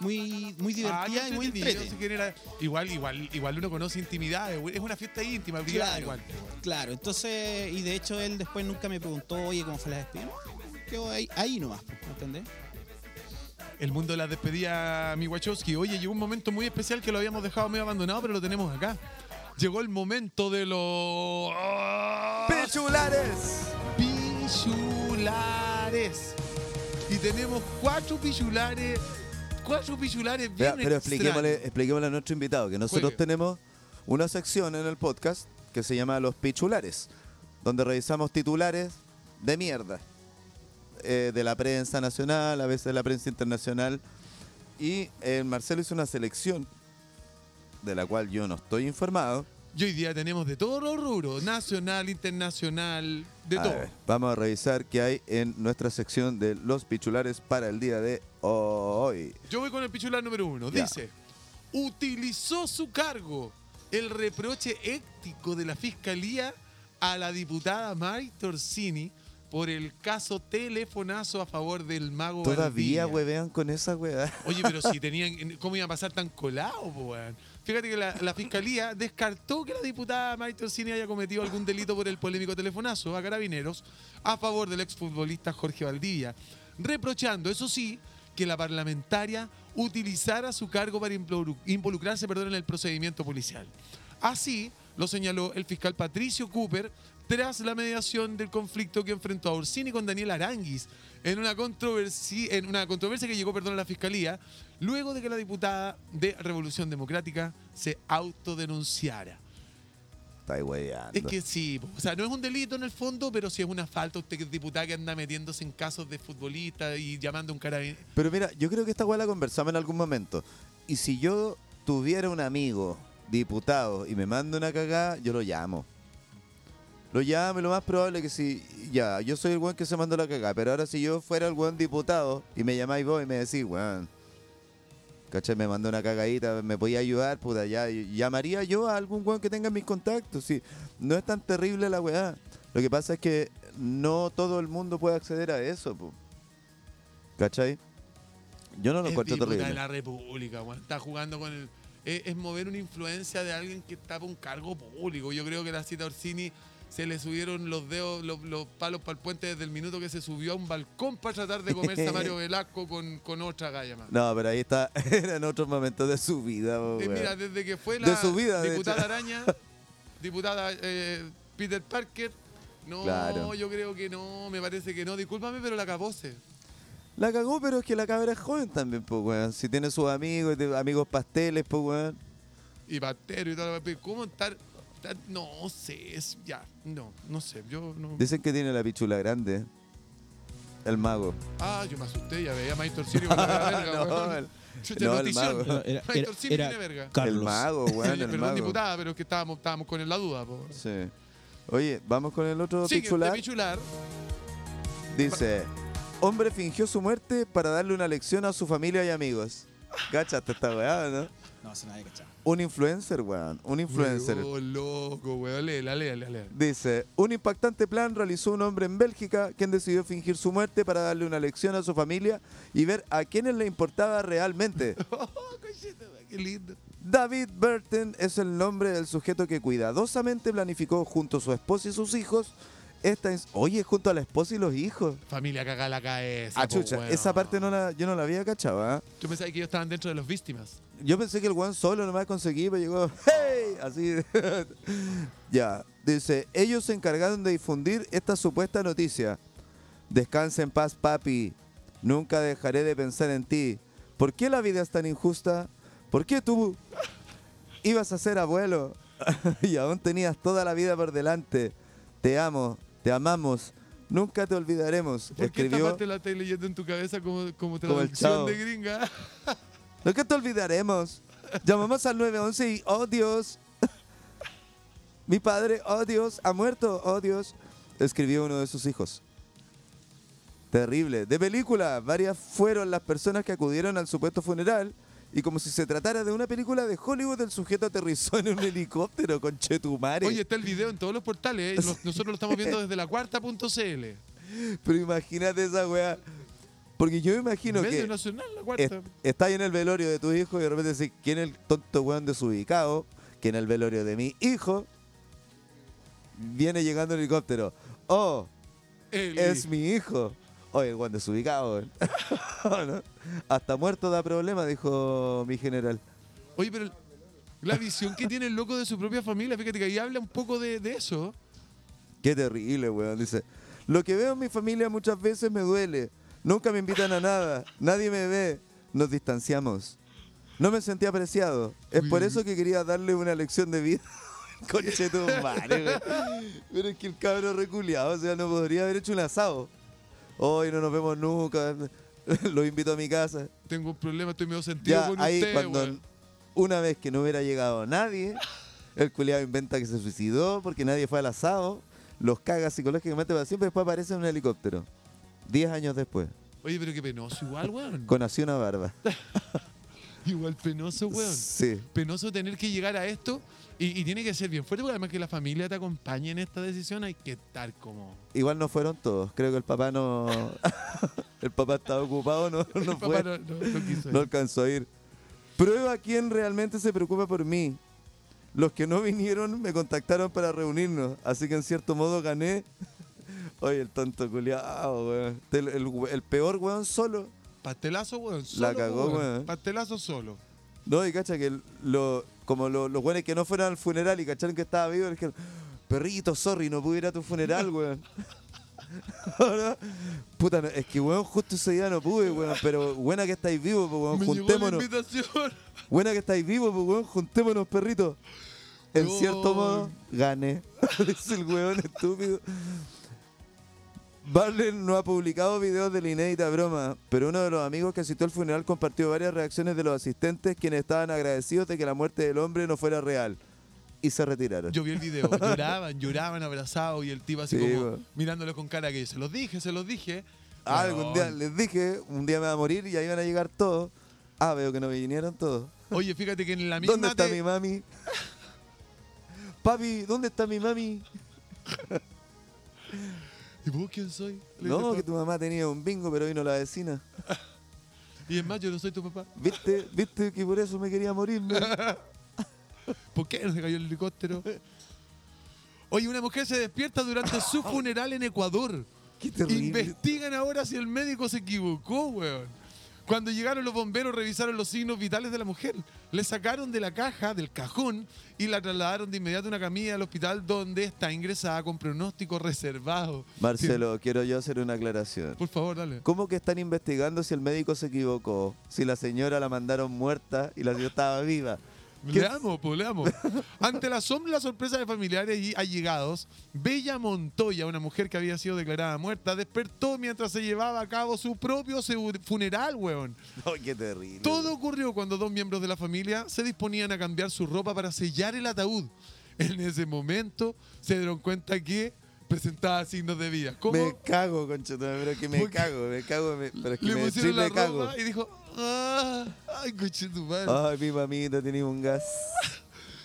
muy, muy Ah, qué divertida y muy entretenido, entretenida. si quiere era- Igual, igual, igual uno conoce intimidad, es una fiesta íntima, privada Claro, igual. pues, claro, entonces, y de hecho él después nunca me preguntó, oye, ¿cómo fue la despedida? No, quedó ahí, ahí nomás, pues, ¿me entendés? El mundo de las despedidas, mi Wachowski. Oye, llegó un momento muy especial que lo habíamos dejado medio abandonado, pero lo tenemos acá. Llegó el momento de los ¡Pichulares! pichulares. Y tenemos cuatro pichulares, cuatro pichulares bien Vea, pero extraños. expliquémosle, eh. expliquémosle a nuestro invitado que nosotros Juegue. tenemos una sección en el podcast que se llama Los Pichulares, donde revisamos titulares de mierda eh, de la prensa nacional, a veces de la prensa internacional. Y eh, Marcelo hizo una selección de la cual yo no estoy informado. Y hoy día tenemos de todos los rubros, nacional, internacional, de A todo. ver, vamos a revisar qué hay en nuestra sección de Los Pichulares para el día de hoy. Yo voy con el pichular número uno. Ya. Dice, utilizó su cargo el reproche ético de la fiscalía a la diputada Mari Torsini por el caso telefonazo a favor del mago Todavía Valdivia". huevean con esa hueá. Oye, pero si tenían, ¿cómo iba a pasar tan colado, po, weón? Fíjate que la, la fiscalía descartó que la diputada Mari Torsini haya cometido algún delito por el polémico telefonazo a carabineros a favor del exfutbolista Jorge Valdivia, reprochando, eso sí, que la parlamentaria utilizara su cargo para imploru- involucrarse perdón, en el procedimiento policial. Así lo señaló el fiscal Patricio Cooper tras la mediación del conflicto que enfrentó a Orsini con Daniel Aranguis en una, controversi- en una controversia que llegó perdón, a la fiscalía luego de que la diputada de Revolución Democrática se autodenunciara. Está hueveando. Es que sí, po. o sea, no es un delito en el fondo, pero sí es una falta. Usted que es diputada que anda metiéndose en casos de futbolistas y llamando a un carabinero. Pero mira, yo creo que esta weá la conversamos en algún momento. Y si yo tuviera un amigo diputado y me manda una cagada, yo lo llamo. Lo llamo y lo más probable que si, ya, yo soy el weón que se mandó la cagada, pero ahora si yo fuera el weón diputado y me llamáis vos y me decís, weón, ¿cachai? Me mandó una cagadita, me podía ayudar, puta, ya, y- llamaría yo a algún weón que tenga mis contactos, sí. No es tan terrible la weá. Lo que pasa es que no todo el mundo puede acceder a eso, po. ¿cachai? Yo no lo es encuentro diputada terrible. de la República, weón. Está jugando con el. Es, es mover una influencia de alguien que está por un cargo público. Yo creo que la cita Orsini se le subieron los dedos, los, los palos para el puente desde el minuto que se subió a un balcón para tratar de comerse a Mario Velasco con, con otra galla más. No, pero ahí está, eran otros momentos de su vida, po, Eh, weón. mira, desde que fue De la su vida, de diputada hecho. araña, diputada eh, Peter Parker. No, Claro. yo creo que no, me parece que no. Discúlpame, pero la capose. La cagó, pero es que la cabra es joven también, pues, weón. Si tiene sus amigos, te- amigos pasteles, pues, weón. y Bacterio y tal. ¿Cómo estar? estar- No sé, es ya, no, no sé. Yo no. Dicen que tiene la pichula grande. ¿eh? El mago. Ah, yo me asusté, ya veía a Maestro Sirio con la verga. No, weón. el- Chucha, no, el notición. mago. Maestro Sirio tiene verga. El mago, Sí, weón, el perdón, mago. diputada, pero es que estábamos, estábamos con él la duda. Po. Sí. Oye, vamos con el otro Siguiente, pichular. pichular. Dice: Hombre fingió su muerte para darle una lección a su familia y amigos. Gachaste esta weá, ¿no? No, se nadie cachaba. Un influencer, weón. Un influencer. Oh, loco, weón. Léela, léela, léela. Dice, un impactante plan realizó un hombre en Bélgica quien decidió fingir su muerte para darle una lección a su familia y ver a quienes le importaba realmente. Oh, cochito, weón, qué lindo. David Burton es el nombre del sujeto que cuidadosamente planificó junto a su esposa y sus hijos esta... ins- Oye, junto a la esposa y los hijos. Familia caga la cabeza. Ah, po, chucha, weón. esa parte no la, yo no la había cachado. ¿ah? Yo pensaba que ellos estaban dentro de los víctimas. Yo pensé que el Juan solo nomás conseguí, pero llegó, ¡hey! Así. ya. Dice, ellos se encargaron de difundir esta supuesta noticia. Descansa en paz, papi. Nunca dejaré de pensar en ti. ¿Por qué la vida es tan injusta? ¿Por qué tú? Ibas a ser abuelo y aún tenías toda la vida por delante. Te amo, te amamos, nunca te olvidaremos. ¿Por qué esta Escribió. parte la estáis leyendo en tu cabeza como, como Como el traducción chavo. de gringa? Nunca te olvidaremos. Llamamos al 911 y, oh Dios, mi padre, oh Dios, ha muerto, oh Dios, escribió uno de sus hijos. Terrible. De película, varias fueron las personas que acudieron al supuesto funeral y como si se tratara de una película de Hollywood, el sujeto aterrizó en un helicóptero con Chetumare. Oye, está el video en todos los portales. ¿eh? Nos- Nosotros lo estamos viendo desde la cuarta.cl. Pero imagínate esa weá. Porque yo me imagino Medio que nacional, la cuarta. est- estás en el velorio de tu hijo y de repente decís, ¿quién es el tonto weón desubicado? Que en el velorio de mi hijo viene llegando el helicóptero. Oh, Eli. es mi hijo. Oye, el weón desubicado. weón. ¿No? Hasta muerto da problema, dijo mi general. Oye, pero la visión que tiene el loco de su propia familia, fíjate que ahí habla un poco de, de eso. Qué terrible, weón. Dice, lo que veo en mi familia muchas veces me duele. Nunca me invitan a nada. Nadie me ve. Nos distanciamos. No me sentí apreciado. Es por eso que quería darle una lección de vida. Conche tu madre, weón. Pero es que el cabro reculeado, o sea, no podría haber hecho un asado. Hoy no nos vemos nunca. Lo invito a mi casa. Tengo un problema, estoy medio sentido Ya con ahí usted, cuando weón. una vez que no hubiera llegado nadie, el culiado inventa que se suicidó porque nadie fue al asado, los caga psicológicamente para siempre, después aparece en un helicóptero. Diez años después, Oye, pero qué penoso igual, weón. con así una barba. Igual penoso, weón. Sí. Penoso tener que llegar a esto y, y tiene que ser bien fuerte, porque además que la familia te acompañe en esta decisión, hay que estar como... Igual no fueron todos, creo que el papá no... el papá estaba ocupado, no, no El fue. papá no, no- no quiso No ir. alcanzó a ir. Prueba quién realmente se preocupa por mí. Los que no vinieron me contactaron para reunirnos, así que en cierto modo gané. Oye, el tonto culiado, weón. Este- El, el we- el peor weón solo. Pastelazo, weón. Solo, La cagó, weón. Pastelazo solo. No, y cacha que el- lo, como lo- los weones que no fueron al funeral y cacharon que estaba vivo, le dijeron, perrito, sorry, no pude ir a tu funeral, weón. Ahora, Puta, no, es que weón, justo ese día no pude, weón, pero buena que estáis vivos, pues, weón, Me llegó la juntémonos. invitación. Buena que estáis vivos, pues, weón, juntémonos, perritos. En No. cierto modo, gané. Dice el weón estúpido. Barlen no ha publicado videos de la inédita broma, pero uno de los amigos que asistió al funeral compartió varias reacciones de los asistentes quienes estaban agradecidos de que la muerte del hombre no fuera real. Y se retiraron. Yo vi el video, lloraban, lloraban abrazados y el tipo así Sí, como weón. mirándolo con cara que se los dije, se los dije. Ah, Weón. Algún día les dije, un día me va a morir y ahí van a llegar todos. Ah, veo que no vinieron todos. Oye, fíjate que en la misma ¿Dónde está te- mi mami? Papi, ¿dónde está mi mami? ¿Y vos quién soy? Le No, dice, que tu mamá tenía un bingo, pero vino la vecina. Y es más, yo no soy tu papá. ¿Viste? ¿Viste que por eso me quería morir? no?" ¿Por qué no se cayó el helicóptero? Oye, una mujer se despierta durante su funeral en Ecuador. Qué terrible. Investigan ahora si el médico se equivocó, weón. Cuando llegaron los bomberos revisaron los signos vitales de la mujer. Le sacaron de la caja, del cajón, y la trasladaron de inmediato a una camilla al hospital donde está ingresada con pronóstico reservado. Marcelo, quiero yo hacer una aclaración. Por favor, dale. ¿Cómo que están investigando si el médico se equivocó? Si la señora la mandaron muerta y la señora estaba viva. ¿Qué- Leamos, pues leamos. Ante la asombro y la sorpresa de familiares y allegados, Bella Montoya, una mujer que había sido declarada muerta, despertó mientras se llevaba a cabo su propio seu- funeral, weón. No, qué terrible. Todo ocurrió cuando dos miembros de la familia se disponían a cambiar su ropa para sellar el ataúd. En ese momento se dieron cuenta que presentaba signos de vida. ¿Cómo? Me cago, conchetón, pero es que me Porque- cago, me cago, me, pero es que Le me, sí pusieron la me cago. Ah. ropa y dijo, "Ah, ¡ay, coche tu madre! Ay, mi mamita tenía un gas.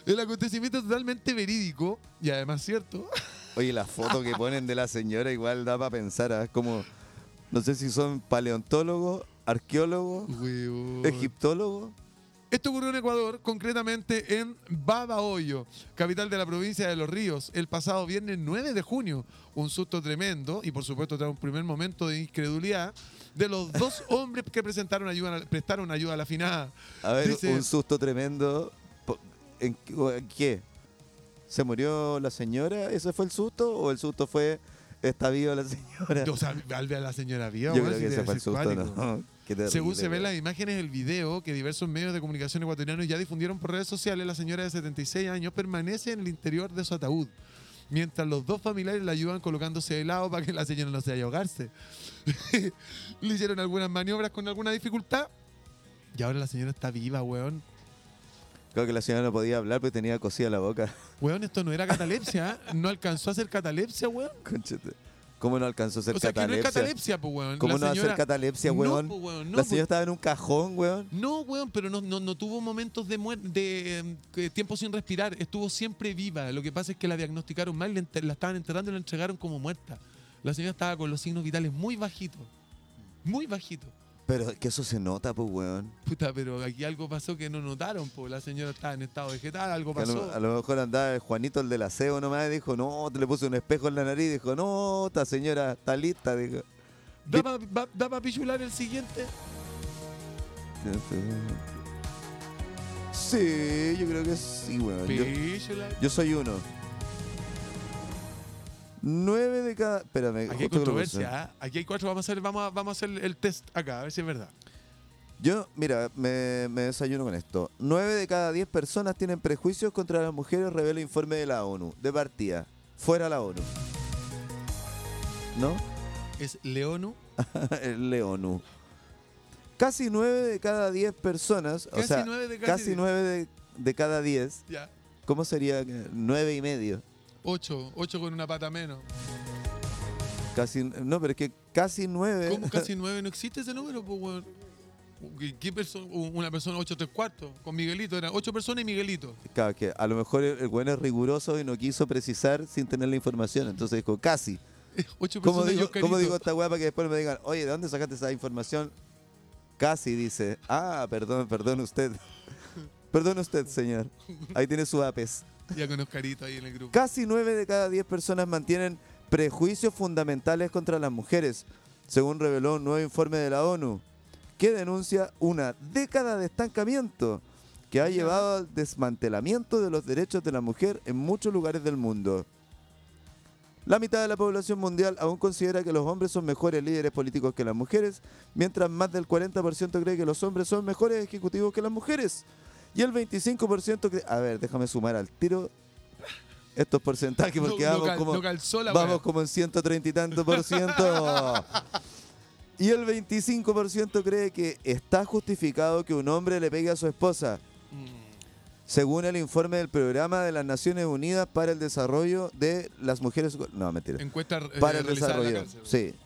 El acontecimiento es totalmente verídico y además cierto. Oye, la foto que ponen de la señora igual da para pensar, ¿ah? es como, no sé si son paleontólogos, arqueólogos, Weón. egiptólogos. Esto ocurrió en Ecuador, concretamente en Babahoyo, capital de la provincia de Los Ríos, el pasado viernes 9 de junio. Un susto tremendo y por supuesto tras un primer momento de incredulidad de los dos hombres que presentaron ayuda, a la- prestaron ayuda a la finada. A ver, Dice- un susto tremendo. Po- ¿En qué- o en qué? ¿Se murió la señora? ¿Ese fue el susto? ¿O el susto fue está viva la señora? O sea, al ver a la señora Vía, Yo creo que ese fue el susto, ¿no? Qué terrible, Según se ven weón. las imágenes del video que diversos medios de comunicación ecuatorianos ya difundieron por redes sociales, la señora de 76 años permanece en el interior de su ataúd, mientras los dos familiares la ayudan colocándose de lado para que la señora no se vaya a ahogarse. Le hicieron algunas maniobras con alguna dificultad y ahora la señora está viva, weón. Claro que la señora no podía hablar porque tenía cosida la boca. Weón, esto no era catalepsia, ¿eh? no alcanzó a ser catalepsia, weón. Conchete. ¿Cómo no alcanzó a ser O sea, que no es catalepsia? catalepsia, pues, weón. ¿Cómo La no va a ser señora- catalepsia, No, weón? po, weón, no, la po. señora estaba en un cajón, weón. No, weón, pero no, no, no tuvo momentos de, muer- de em, que- tiempo sin respirar. Estuvo siempre viva. Lo que pasa es que la diagnosticaron mal, le enter- la estaban enterrando y la entregaron como muerta. La señora estaba con los signos vitales muy bajitos. Muy bajitos. Pero es que eso se nota, pues, weón. Puta, pero aquí algo pasó que no notaron, pues la señora estaba en estado vegetal, algo Que A pasó. lo, a lo mejor andaba el Juanito, el del aseo nomás, y dijo, no, te le puse un espejo en la nariz. Dijo, no, esta señora está lista. Dijo, ¿Da para pichular el siguiente? sí, yo creo que sí, weón. Yo- Eh, Pichular. Yo soy uno. Nueve de cada. Espérame, Aquí hay justo que lo pensé. controversia, ¿ah? Aquí hay cuatro. Vamos a hacer, vamos a, vamos a hacer el test acá, a ver si es verdad. Yo, mira, me, me desayuno con esto. Nueve de cada diez personas tienen prejuicios contra las mujeres, revela informe de la ONU. De partida, fuera la ONU. ¿No? Es Leonu. El Leonu. Casi nueve de cada diez personas, o Casi sea, nueve de cada casi diez. nueve de, de cada diez. Ya. ¿Cómo sería? que- Nueve y medio. Ocho. Ocho con una pata menos. Casi, no, pero es que casi nueve. ¿Cómo casi nueve no existe ese número, pues, weón? ¿Qué- ¿Qué persona? Una persona ocho tres cuartos. Con Miguelito, eran ocho personas y Miguelito. Claro, que a lo mejor el, el weón es riguroso y no quiso precisar sin tener la información. Entonces dijo, casi. Ocho ¿Cómo personas y digo, Oscarito. ¿Cómo digo esta weá para que después me digan, oye, ¿de dónde sacaste esa información? Casi dice, ah, perdón, perdón usted. Perdón usted, señor. Ahí tiene su APES. Ya con Oscarito ahí en el grupo. Casi 9 de cada 10 personas mantienen prejuicios fundamentales contra las mujeres, según reveló un nuevo informe de la ONU, que denuncia una década de estancamiento que ha llevado al desmantelamiento de los derechos de la mujer en muchos lugares del mundo. La mitad de la población mundial aún considera que los hombres son mejores líderes políticos que las mujeres, mientras más del 40% cree que los hombres son mejores ejecutivos que las mujeres. Y el 25% cree... A ver, déjame sumar al tiro estos porcentajes porque No- no vamos, cal- como, no calzó la vamos weá. como en 130 y tanto por ciento. y el 25% cree que está justificado que un hombre le pegue a su esposa según el informe del programa de las Naciones Unidas para el Desarrollo de las Mujeres. No, mentira. Encuesta eh, Para el realizada en la Desarrollo. cárcel. Sí.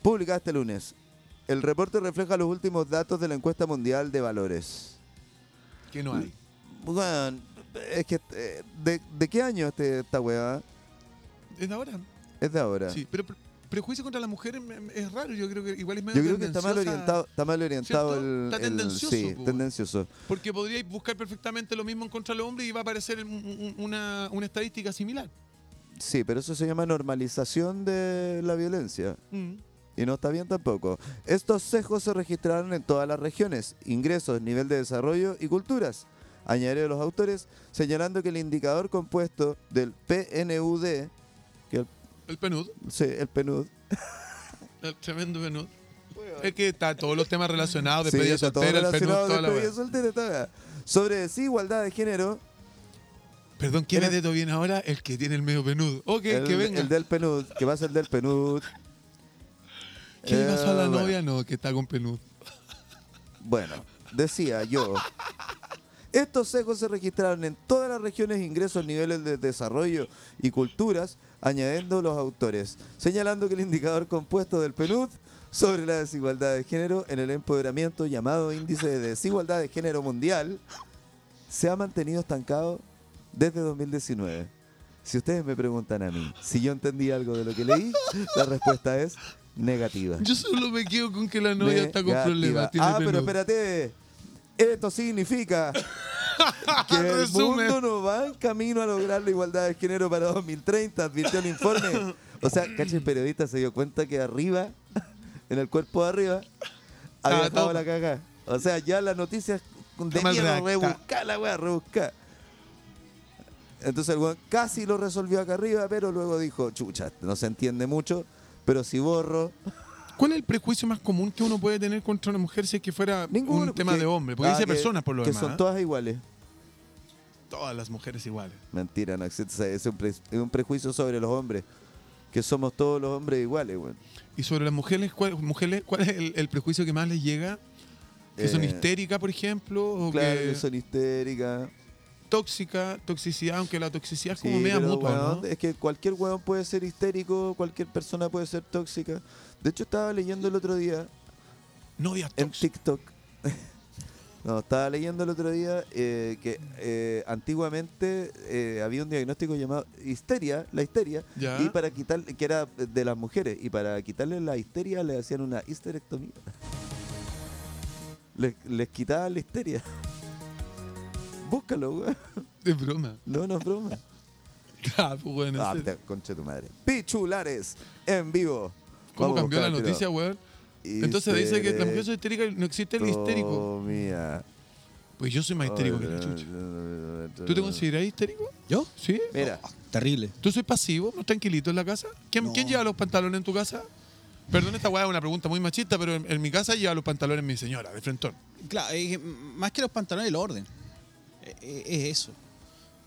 Publicada este lunes. El reporte refleja los últimos datos de la encuesta mundial de valores. Que no hay. Bueno, es que. eh, ¿De, de qué año este, esta hueá? ¿Es de ahora? Es de ahora. Sí. Pero pre- prejuicio contra las mujeres me- me- es raro. Yo creo que igual es medio Yo creo que está mal tendenciosa, orientado, está mal orientado ¿Cierto? el, Está el- tendencioso, pues, sí, po, weón. tendencioso. Porque podríais buscar perfectamente lo mismo en contra del hombre y va a aparecer un- un- una, una estadística similar. Sí, pero eso se llama normalización de la violencia. Mm. Y no está bien tampoco. Estos sesgos se registraron en todas las regiones, ingresos, nivel de desarrollo y culturas. Añadieron los autores, señalando que el indicador compuesto del PNUD, que el, El PNUD, sí, el PNUD, el Ah, tremendo PNUD. Es que está todos los temas relacionados Ah, de sí, pedida está todo soltera, el PNUD, relacionado toda la despedida weá. soltera, toda. sobre desigualdad de género, Perdón, ¿quién Era- es de todo bien ahora? El que tiene el medio penudo. Ok, el, que venga. el del PNUD, que va a ser el del PNUD. ¿Qué le pasó a la Eh, bueno. novia? No, que está con penudo. Bueno, decía yo. Estos sesgos se registraron en todas las regiones, ingresos, niveles de desarrollo y culturas, añadiendo los autores, señalando que el indicador compuesto del PNUD sobre la desigualdad de género en el empoderamiento llamado Índice de Desigualdad de Género Mundial se ha mantenido estancado desde 2019. Si ustedes me preguntan a mí si yo entendí algo de lo que leí, la respuesta es negativa. Yo solo me quedo con que la novia está con Negativa. problemas. Tiene Ah, pero penudo. espérate. Esto significa que el Resumen. mundo no va en camino a lograr la igualdad de género para 2030, advirtió el informe. O sea, caché, el periodista se dio cuenta que arriba, en el cuerpo de arriba, había Ah, dejado todo- la caga. O sea, ya las noticias de mal mierda, redactada. rebuscar la weá, rebuscar. Entonces el weón casi lo resolvió acá arriba, pero luego dijo, chucha, no se entiende mucho, pero si borro, ¿Cuál es el prejuicio más común que uno puede tener contra una mujer si es que fuera Ninguno, un tema que- de hombre? Porque ah, dice que- personas por lo Que demás. son ¿eh? todas iguales. Todas las mujeres iguales. Mentira, no existe. ese- Es un, pre- es un prejuicio sobre los hombres. Que somos todos los hombres iguales, weón. Y sobre las mujeres, ¿cuál, mujeres, cuál es el, el prejuicio que más les llega? Que son Eh, histéricas, por ejemplo, o Claro, que que son histéricas. tóxica, toxicidad, aunque la toxicidad es como Sí, media pero, mutua, weón, ¿no? Es que cualquier weón puede ser histérico, cualquier persona puede ser tóxica. De hecho, estaba leyendo el otro día Novia en tóxica. TikTok. no, estaba leyendo el otro día eh, que eh, antiguamente eh, había un diagnóstico llamado histeria, la histeria, Ya. y para quitar que era de las mujeres y para quitarle la histeria le hacían una histerectomía. Les, les quitaban la histeria. Búscalo, weón. De broma. No, no es broma. Ah, pues, weón, en Ah, serio. te- concha tu madre. Pichulares en vivo. ¿Cómo Vamos a cambió buscar la al noticia, tiro. weón? Entonces dice que las mujeres son histéricas y no existe el histérico. Mía. Pues yo soy más histérico que la chucha. ¿Tú te consideras histérico? ¿Yo? ¿Sí? Mira, Terrible. ¿Tú sois pasivo? ¿No tranquilito en la casa? ¿Quién, No. quién lleva los pantalones en tu casa? Perdón, esta weá es una pregunta muy machista, pero en, en mi casa lleva los pantalones mi señora, de frentón. Claro, es que más que los pantalones, el orden. Eh, eh, Es, eso.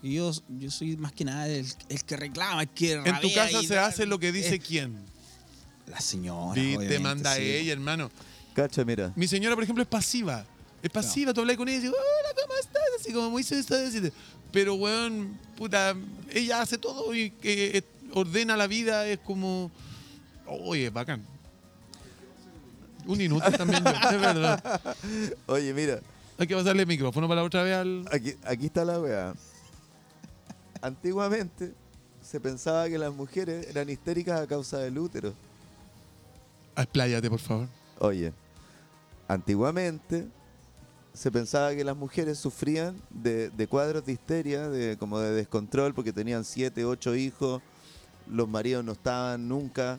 Y yo, yo soy más que nada el, el que reclama, el que En tu rabea casa y se da- hace lo que dice eh, quién. la señora. Y te obviamente, manda sí. ella, hermano. cacha, mira. Mi señora, por ejemplo, es pasiva. Es pasiva, tú hablas con ella y dices, hola, ¿cómo estás? Así como muy sensual. Pero, weón, puta, ella hace todo y que eh, ordena la vida, es como. Oye, bacán. Un inútil también, yo, es verdad. Oye, mira, Hay que pasarle el micrófono para la otra vez al. aquí, aquí está la weá. Antiguamente se pensaba que las mujeres eran histéricas a causa del útero. Ah, Expláyate, por favor. Oye, antiguamente se pensaba que las mujeres sufrían de, de cuadros de histeria, de, como de descontrol, porque tenían siete, ocho hijos, los maridos no estaban nunca,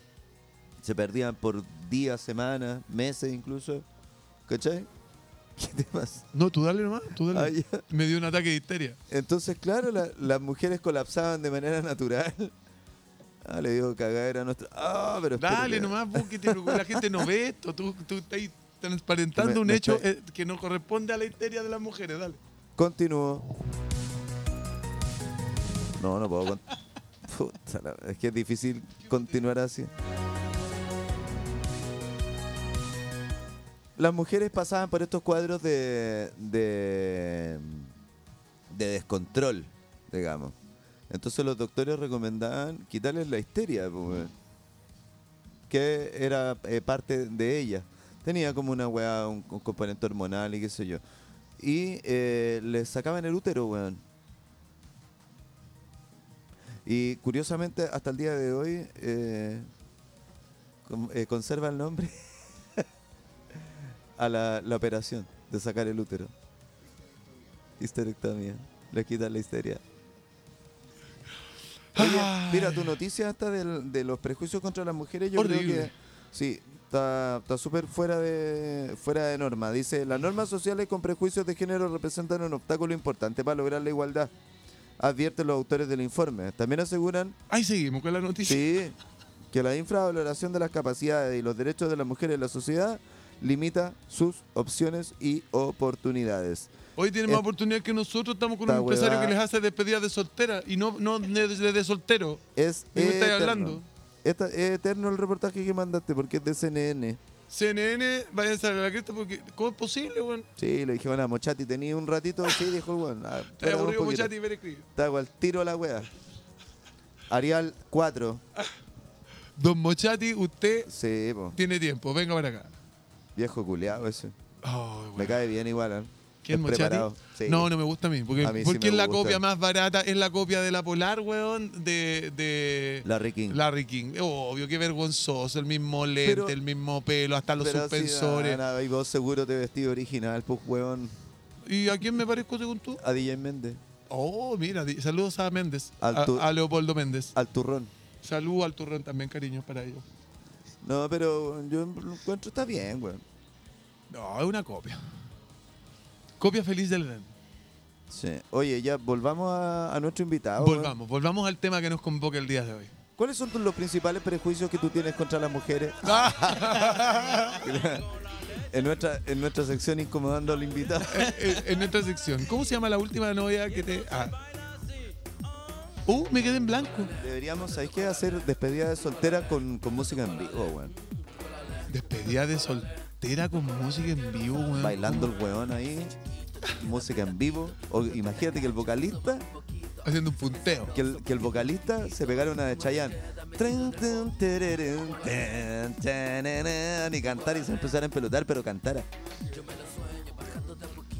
se perdían por días, semanas, meses incluso. ¿Cachai? ¿Qué temas? No, tú dale nomás, tú dale. Ah, ya. Me dio un ataque de histeria. Entonces, claro, la- las mujeres colapsaban de manera natural. Ah, le digo cagadera a nuestro. Ah, pero espérate. Dale nomás, vos, que te preocupes. la gente no ve esto. Tú, tú estás transparentando Me- un me hecho estoy- eh, que no corresponde a la histeria de las mujeres, dale. Continúo. No, no puedo. con- Puta la- Es que es difícil continuar así. Las mujeres pasaban por estos cuadros de, de, de descontrol, digamos. Entonces los doctores recomendaban quitarles la histeria, po, weón. que era eh, parte de ella. Tenía como una weá, un, un componente hormonal y qué sé yo. Y eh, le sacaban el útero, weón. Y curiosamente, hasta el día de hoy, eh, con- eh, conserva el nombre a la, la operación de sacar el útero. Histerectomía. Le quitan la histeria. Oye, mira, tu noticia hasta del- de los prejuicios contra las mujeres, yo creo Horrible. que... Sí, está está súper fuera de fuera de norma. Dice, las normas sociales con prejuicios de género representan un obstáculo importante para lograr la igualdad, advierten los autores del informe. También aseguran Ahí seguimos con la noticia. Sí, que la infravaloración de las capacidades y los derechos de las mujeres en la sociedad limita sus opciones y oportunidades. Hoy tienen más Esta- oportunidad que nosotros. Estamos con un esta empresario Eh, huevada- que les hace despedidas de soltera y no, no de, de- de soltero. Es ¿De qué me estáis eterno. hablando? Esta- es eterno el reportaje que mandaste porque es de CNN. CNN, váyanse a la cresta porque ¿cómo es posible, weón? Sí, le dije, bueno, Mochati, tenía un ratito, sí, dijo, bueno, ah, Te espera un aburrido poquito. muchacho y ver escribir. Está igual, tiro a la wea. Arial 4. Don Mochati, usted Sí, po. tiene tiempo, venga para acá. Viejo culeado ese. Ay, Me weón. cae bien igual, ¿eh? ¿Quién Es Mochati? preparado. Sí. No, no me gusta a mí, porque, A mí sí porque me es la gusta. copia más barata, es la copia de la Polar, weón, de, de Larry King. Larry King. Obvio, qué vergonzoso, el mismo lente, Pero- el mismo pelo, hasta los Pero suspensores. Sí, nada, nada, y vos seguro te vestí original, pues, weón. ¿Y a quién me parezco según tú? A DJ Méndez. Oh, mira, di- saludos a Méndez, Al a, tu- a Leopoldo Méndez. Al turrón. Saludos al turrón también, cariño, para ellos. No, pero yo lo encuentro está bien, weón. No, es una copia. Copia feliz del Edén. Sí. Oye, ya volvamos a, a nuestro invitado. weón. Ah, volvamos, volvamos al tema que nos convoca el día de hoy. ¿Cuáles son tus- los principales prejuicios que tú tienes contra las mujeres? Ah. en, nuestra, en nuestra sección incomodando al invitado. Eh, en, en nuestra sección. ¿Cómo se llama la última novia que te.? Ah. Uh, me quedé en blanco. Deberíamos, ¿sabes qué? Hacer despedida de soltera con, con música en vivo, weón. Despedida de soltera con música en vivo, weón. Bailando el weón ahí. Música en vivo. O, imagínate que el vocalista Haciendo un punteo. que el, que el vocalista se pegara una de Chayanne. Tren, tren, tererén, ten, tenenén, Y cantar y se empezara a empelotar, pero cantara.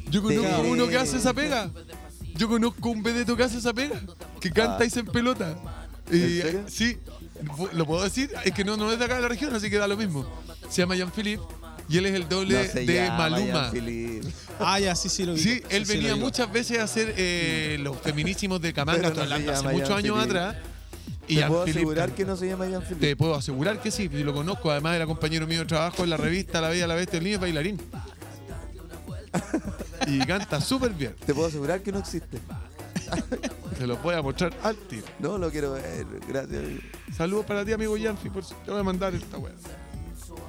Yo conozco Te- uno que hace esa pega. Yo conozco un vedeto que hace esa pega. Que canta Ah. y se empelota. ¿En Y, serio? sí, lo puedo decir. Es que no, no es de acá de la región, así que da lo mismo. Se llama Jean-Philippe y él es el doble No se de llama Maluma. Jean-Philippe. Ah, ya, sí, sí lo vi. Sí, él sí venía lo vi. muchas veces a hacer eh, los feminísimos de Camanga, Pero estoy no se hablando hace llama muchos años Jean-Philippe. atrás. Y Te puedo Jean-Philippe asegurar canta. que no se llama Jean-Philippe. Te puedo asegurar que sí, yo lo conozco, además era compañero mío de trabajo en la revista La Bella, la Bestia, el niño es bailarín. Y canta súper bien. Te puedo asegurar que no existe. Se los voy a mostrar al tiro. No, lo quiero ver. Gracias. Saludos para ti, amigo Yanfi, por si te voy a mandar esta weá.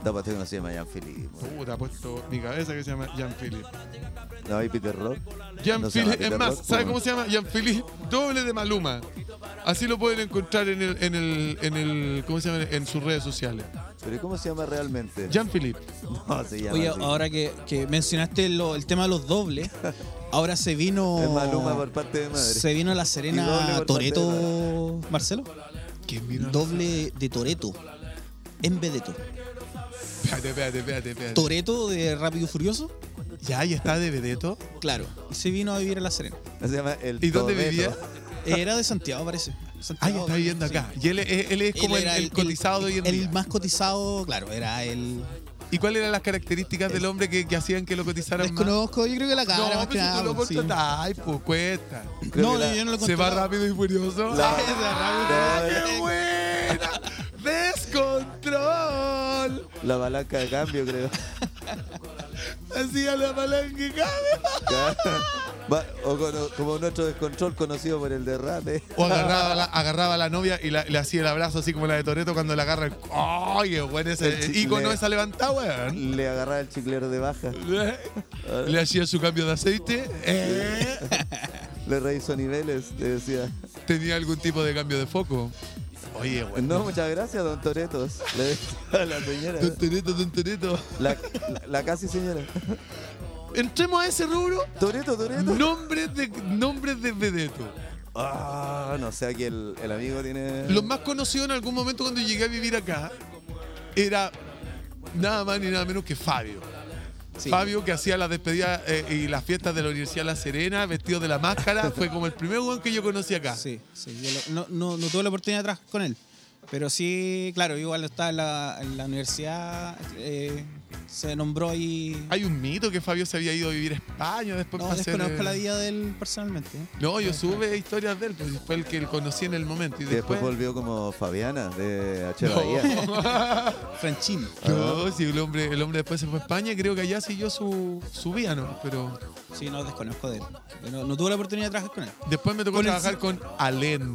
No, pues que no se llama Jean-Philippe. weón. Puta, ha puesto mi cabeza que se llama Jan Philip. No hay Peter Rock. Jan No se llama Philip, Peter es Rock, más, ¿sabes weón. cómo se llama? Jan Philip, doble de Maluma. Así lo pueden encontrar en el, en el, en el, ¿cómo se llama? En sus redes sociales. Pero ¿cómo se llama realmente? Jan Philip. No, se llama Oye, así. ahora que, que mencionaste lo- el tema de los dobles, ahora se vino. Es Maluma por parte de madre. Se vino la Y doble Serena por Toreto, Marcelo. ¿Quién Doble de Toreto. En Vedeto. Espérate, espérate, espérate, espérate. Toreto de Rápido y Furioso, Ya, ya está de vedeto. claro. Se vino a vivir a la Serena. Se llama El ¿Y dónde Tobeto. vivía? Era de Santiago, parece. Ah, Santiago, ya está viviendo sí. acá. Y él, es- él es como el, Él era el cotizado de hoy en el día. más cotizado, claro, era el. ¿Y cuáles eran las características del hombre que, que hacían que lo cotizaran más? Desconozco, yo creo que la cara. No, más que pero si nada, tú lo pues, sí. contratás, pues cuesta. Creo No, que la- yo no lo Se contrataba. va rápido y furioso. La- ¡Ay, la- ¡Qué buena! ¡Descontrol! La palanca de cambio, creo. Hacía la palanca y cabe. Va- o cono- como nuestro descontrol conocido por el eh. derrame. O agarraba a la, agarraba a la novia y la- le hacía el abrazo así como la de Toreto cuando la agarra. el- ¡Ay, qué bueno El ese chicle. ícono esa levantada, weón! Le agarraba el chiclero de baja, Le hacía su cambio de aceite. Eh. le rehizo niveles, le decía. ¿Tenía algún tipo de cambio de foco? Oye, weón. No, muchas gracias, don Toretos. Le decía a la señora. Tonterito, tonterito. La, la- la casi señora. Entremos a ese rubro. Toreto, Toreto. Nombres de, nombres de vedeto. Ah, no sé, aquí el, el amigo tiene. Los más conocidos en algún momento cuando llegué a vivir acá era nada más ni nada menos que Fabio. Sí. Fabio que hacía las despedidas eh, y las fiestas de la Universidad La Serena, vestido de la máscara, fue como el primer weón que yo conocí acá. Sí, sí, yo lo- no, no, no tuve la oportunidad de trabajar con él. Pero sí, claro, igual estaba en la, en la universidad, eh, se nombró ahí. Hay un mito que Fabio se había ido a vivir a España después no para hacer, desconozco eh, la vida de él personalmente. ¿eh? No, yo sube historias de él, pues fue el que conocí en el momento. Y Que después después, volvió como Fabiana de H. No. Bahía. Franchino. Ah. No, si el hombre, el hombre después se fue a España, creo que allá siguió su, su vida, ¿no? Pero Sí, no desconozco de él. Yo No, no tuve la oportunidad de trabajar con él. después me tocó Con el trabajar sí- con Alén.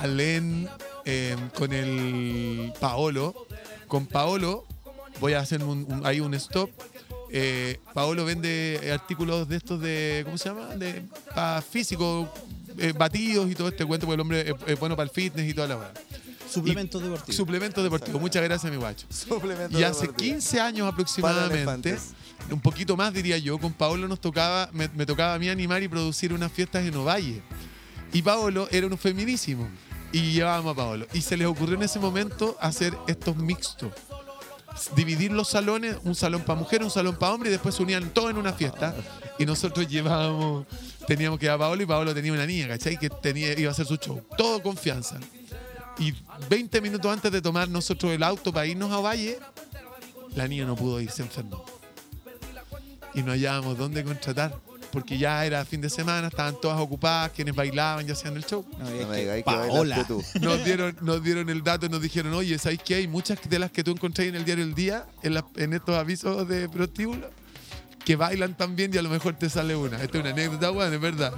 Alén, eh, con el Paolo. Con Paolo, voy a hacer un, un- ahí un stop. Eh, Paolo vende eh, artículos de estos de, ¿cómo se llama? De, para físico, eh, batidos y todo este cuento, porque el hombre es, es bueno para el fitness y toda la weá. Suplementos deportivos. Suplementos deportivos, muchas gracias, mi guacho. Suplemento Y hace deportivo. 15 años aproximadamente, elefantes. un poquito más diría yo, con Paolo nos tocaba, me, me tocaba a mí animar y producir unas fiestas en Ovalle. Y Paolo era un feminísimo. Y llevábamos a Paolo. Y se les ocurrió en ese momento hacer estos mixtos. Dividir los salones, un salón para mujer, un salón para hombre, y después se unían todos en una fiesta. Y nosotros llevábamos, teníamos que ir a Paolo y Paolo tenía una niña, ¿cachai? Que tenía, iba a hacer su show. Todo confianza. Y 20 minutos antes de tomar nosotros el auto para irnos a Valle, la niña no pudo ir, se enfermó. Y no hallábamos dónde contratar, porque ya era fin de semana, estaban todas ocupadas, quienes bailaban ya hacían el show. No, y es No me que digáis que Paola. bailaste tú. Nos dieron, nos dieron el dato y nos dijeron, oye, ¿sabes qué? Hay muchas de las que tú encontrás en el diario El Día, en, la- en estos avisos de prostíbulo, que bailan también y a lo mejor te sale una. Esta es una anécdota, bueno, es verdad.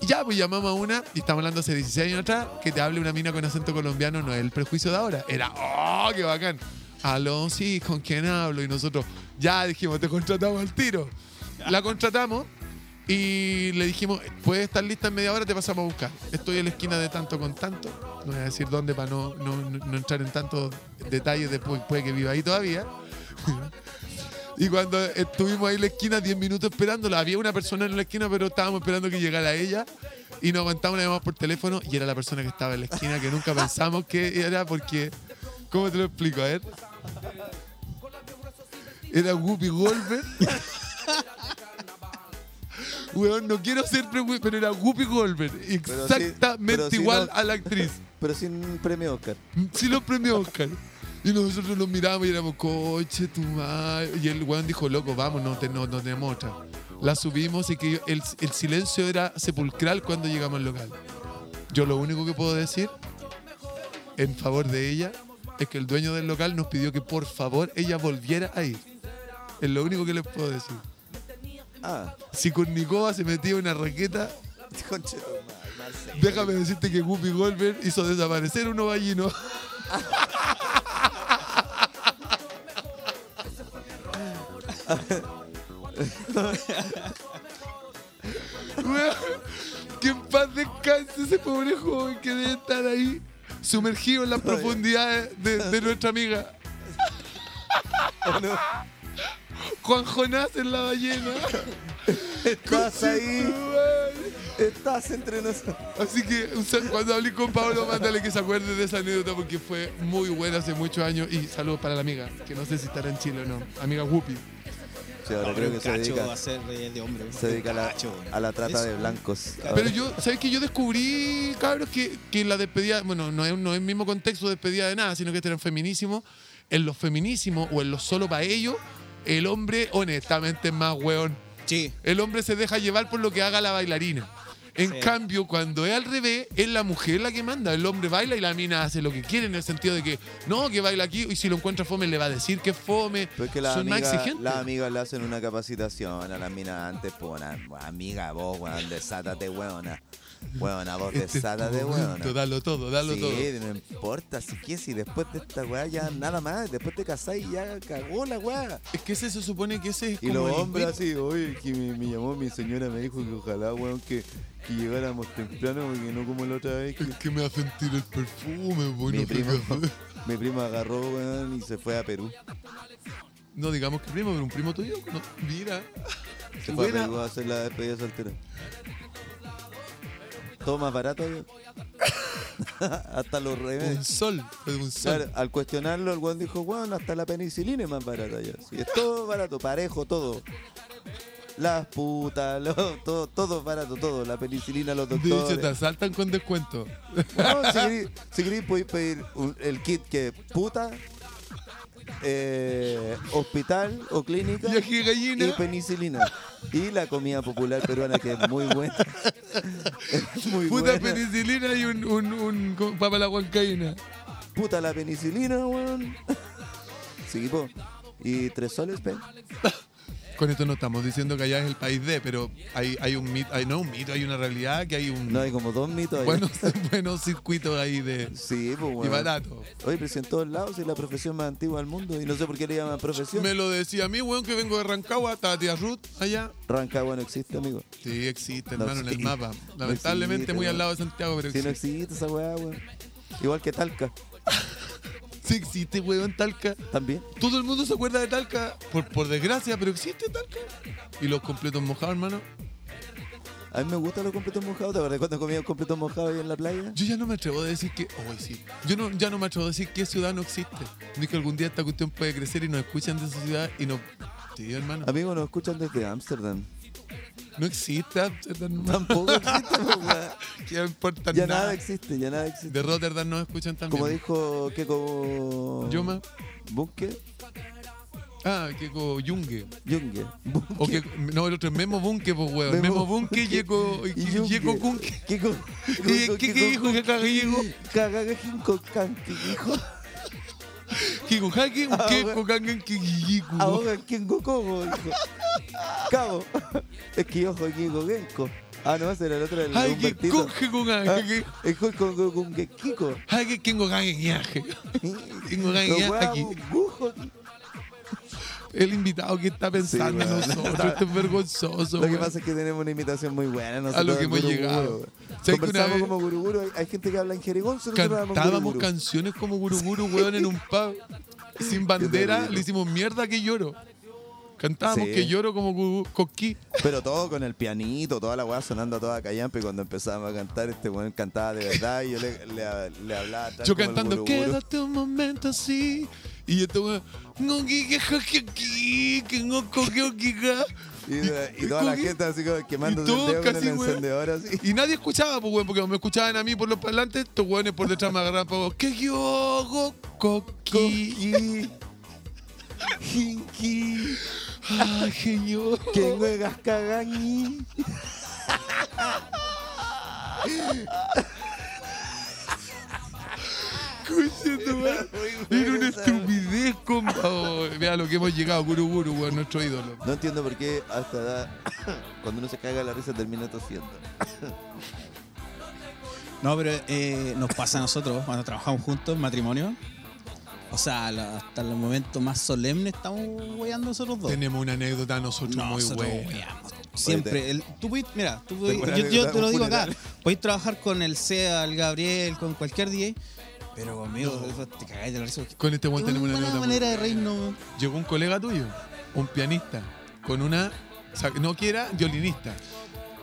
ya, pues llamamos a una, y estamos hablando hace 16 años atrás, que te hable una mina con acento colombiano, no es el prejuicio de ahora. Era, oh, qué bacán. Aló, sí, ¿con quién hablo? Y nosotros, ya dijimos, te contratamos al tiro. La contratamos y le dijimos, puedes estar lista en media hora, te pasamos a buscar. Estoy en la esquina de tanto con tanto. No voy a decir dónde para no, no- no entrar en tantos detalles después, puede que viva ahí todavía. Y cuando estuvimos ahí en la esquina 10 minutos esperándola, había una persona en la esquina, pero estábamos esperando que llegara ella. Y nos aguantamos la llamada por teléfono y era la persona que estaba en la esquina que nunca pensamos que era porque... ¿Cómo te lo explico? A ver. Era Whoopi Goldberg. Weón, no quiero ser prejuicioso, pero era Whoopi Goldberg. sí- Exactamente pero sí igual no- a la actriz. Pero sin premio Oscar. Sí los premios Oscar. Y nosotros nos miramos y éramos, coche, tu madre. Y el weón dijo, loco, vamos, no, te- no, no tenemos otra. La subimos y que el, el silencio era sepulcral cuando llegamos al local. Yo lo único que puedo decir en favor de ella es que el dueño del local nos pidió que por favor ella volviera a ir. Es lo único que les puedo decir. Ah, Si Kurnikova se metía una raqueta, conche tu madre, Marcelo. déjame decirte que Guppy Goldberg hizo desaparecer un ovallino. Weón, que en paz descanse ese pobre joven que debe estar ahí sumergido en las profundidades de, de nuestra amiga. Juan Jonás en la ballena. Estás ahí, Weón. estás entre nosotros. Así que un sal- cuando hablé con Pablo, mándale que se acuerde de esa anécdota porque fue muy buena hace muchos años. Y saludos para la amiga, que no sé si estará en Chile o no. Amiga Whoopi. Sí, ahora No, pero creo que un se cacho va dedica, a ser eh, de hombre. se un dedica a la, cacho, weón. a la trata Eso. de blancos. Ahora- Pero yo, ¿sabes qué? Yo descubrí, cabros, que, que la despedida, bueno, no es, no es el mismo contexto de despedida de nada, sino que este era un feminísimo. En los feminísimos o en los solo para ellos, el hombre honestamente es más weón. Sí. El hombre se deja llevar por lo que haga la bailarina. En Sí. cambio, cuando es al revés, es la mujer la que manda. El hombre baila y la mina hace lo que quiere en el sentido de que no, que baila aquí y si lo encuentra fome le va a decir que es fome. Pero es que las Son más amigas exigentes. las amigas le hacen una capacitación a las minas antes, pues, weona, amiga, vos, weón, desátate, weona. Weona, vos, Este es tu desátate, weona. momento, dalo todo, dalo sí, todo. no importa, si que si después de esta weá ya nada más, después te casás y ya cagó la weá. Es que ese se supone que ese es Y como los el hombres quid. así, oye, que me, me llamó mi señora, me dijo que ojalá, weón, que, que llegáramos temprano, porque no como la otra vez. que- Es que me va a sentir el perfume, bueno. Mi primo, mi primo agarró, weón, y se fue a Perú. No digamos que primo, pero un primo tuyo. no, mira. Se fue Buena. a Perú a hacer la despedida soltera. Todo más barato, weón. Hasta los Un remedios. sol, pero un sol. Eh. Claro, al cuestionarlo, el weón dijo, weón, hasta la penicilina es más barata ya. Sí, es todo barato, parejo, todo. Las putas, lo- todo, todo barato, todo. La penicilina, los De hecho, te doctores. asaltan con descuento. Weón, si querís, si querís, podéis pedir un- el kit que puta, eh, hospital o clínica. Y aquí gallina. y penicilina. Y la comida popular peruana que es muy buena. Es muy Puta buena. penicilina y un, un, un, un papa a la huancaína. Puta la penicilina, weón. Sí, po. Y tres soles, pe. Con esto no estamos diciendo que allá es el país de, pero hay, hay un mito, hay, no un mito, hay una realidad que hay un No hay como dos mitos ahí. buenos, buenos circuitos ahí de Sí, pues, y weón. barato. Oye, pero si en todos lados es la profesión más antigua del mundo. Y no sé por qué le llaman profesión. Me lo decía a mí, weón, que vengo de Rancagua, está tía Ruth allá. Rancagua no existe, amigo. Sí, existe, No hermano, en el existe. mapa. No Lamentablemente existe, muy al no. lado de Santiago, pero Si no existe. existe esa weá, weón. Igual que Talca, Sí existe, weón, Talca. también. Todo el mundo se acuerda de Talca, por, por desgracia, pero existe Talca. Y los completos mojados, hermano. A mí me gustan los completos mojados. ¿Te acuerdas cuando comía completos mojados ahí en la playa? Yo ya no me atrevo a decir que. hoy sí. Yo no, ya no me atrevo a decir que ciudad no existe. Ni que algún día esta cuestión puede crecer y nos escuchan de esa ciudad y no. Sí, hermano. Amigos, nos escuchan desde Ámsterdam. No existe Amsterdam, hermano. Tampoco existe, po, weón. ¿Qué importa Ya nada? nada existe, ya nada existe. De Rotterdam nos escuchan también. Como dijo Keko. Yoma. Bunke. Ah, Keko Yungue. Junge. Bunke. O que, no, el otro es Memo Bunke, pues, weón. Memo Memo Bunke, Yeko Yungue. Yeko Kunke. Keko. ¿Qué qué dijo que caga Ah, Yeko? Kagagajinko Kanki, hijo. Kiko Haki, Ah, weón. Keko Kangen Kikiku. Ahoga Kenko Kogo, hijo. Cabo. Es que ojo Kiko Genko. Ah, no, ese era el otro del Ay, que Humbertito. cunge, cunga, Ah, que- el con- con- con- con- que Kiko. Ay, que tengo gagueñaje. Tengo Los gagueñaje aquí. huevos, bujos. El invitado que está pensando en weón. nosotros. Esto es vergonzoso. Lo que weón. pasa es que tenemos una imitación muy buena. Nosotros A lo que del hemos guruguru. llegado. ¿Sabes que una Conversamos vez- como guruguru. Hay, hay gente que habla en jerigón, nosotros hablamos Cantábamos guruguru. canciones como Guruguru, weón, en un pub. Sin bandera, terrible. le hicimos mierda que lloro. Cantábamos Sí. que lloro como Gu- Coquí. Pero todo con el pianito, toda la weá sonando a toda callampa. Y cuando empezábamos a cantar, este weón cantaba de verdad. Y yo le, le- le hablaba atrás Yo como el cantando, guruguru. quédate un momento así. Y este weón, no que que ja, que aquí, que no coque, que ga. Y, y toda la ¿Cómo que? gente así como quemándose Y el todo dedo con el casi, weón. encendedor así. Y nadie escuchaba, pues, weón, porque me escuchaban a mí por los parlantes, estos weones por detrás me agarraban para que yo hago coquí. Coqui, jinqui, Ay, genio. que juegas cagañi. Coño, tu madre. Era una estupidez, compa. Oh, Vea lo que hemos llegado, Guru Guru, weón, nuestro ídolo. No entiendo por qué hasta edad, cuando uno se caga la risa termina tosiendo. No, pero eh, nos pasa a nosotros cuando trabajamos juntos en matrimonio. O sea, la- hasta el momento más solemne estamos weyando nosotros dos. Tenemos una anécdota nosotros muy nosotros buena. weyamos. Siempre. el- tú podís- mira, tú podís- Tengo una yo, yo anécdota te de lo un digo acá. funeral. Podéis trabajar con el SEA, el Gabriel, con cualquier DJ. Pero conmigo eso, te cagáis de la risa. porque Con este weón Es tenemos una una anécdota. muy manera de reírnos. buena. Llegó un colega tuyo, un pianista, con una. o sea, No que era violinista.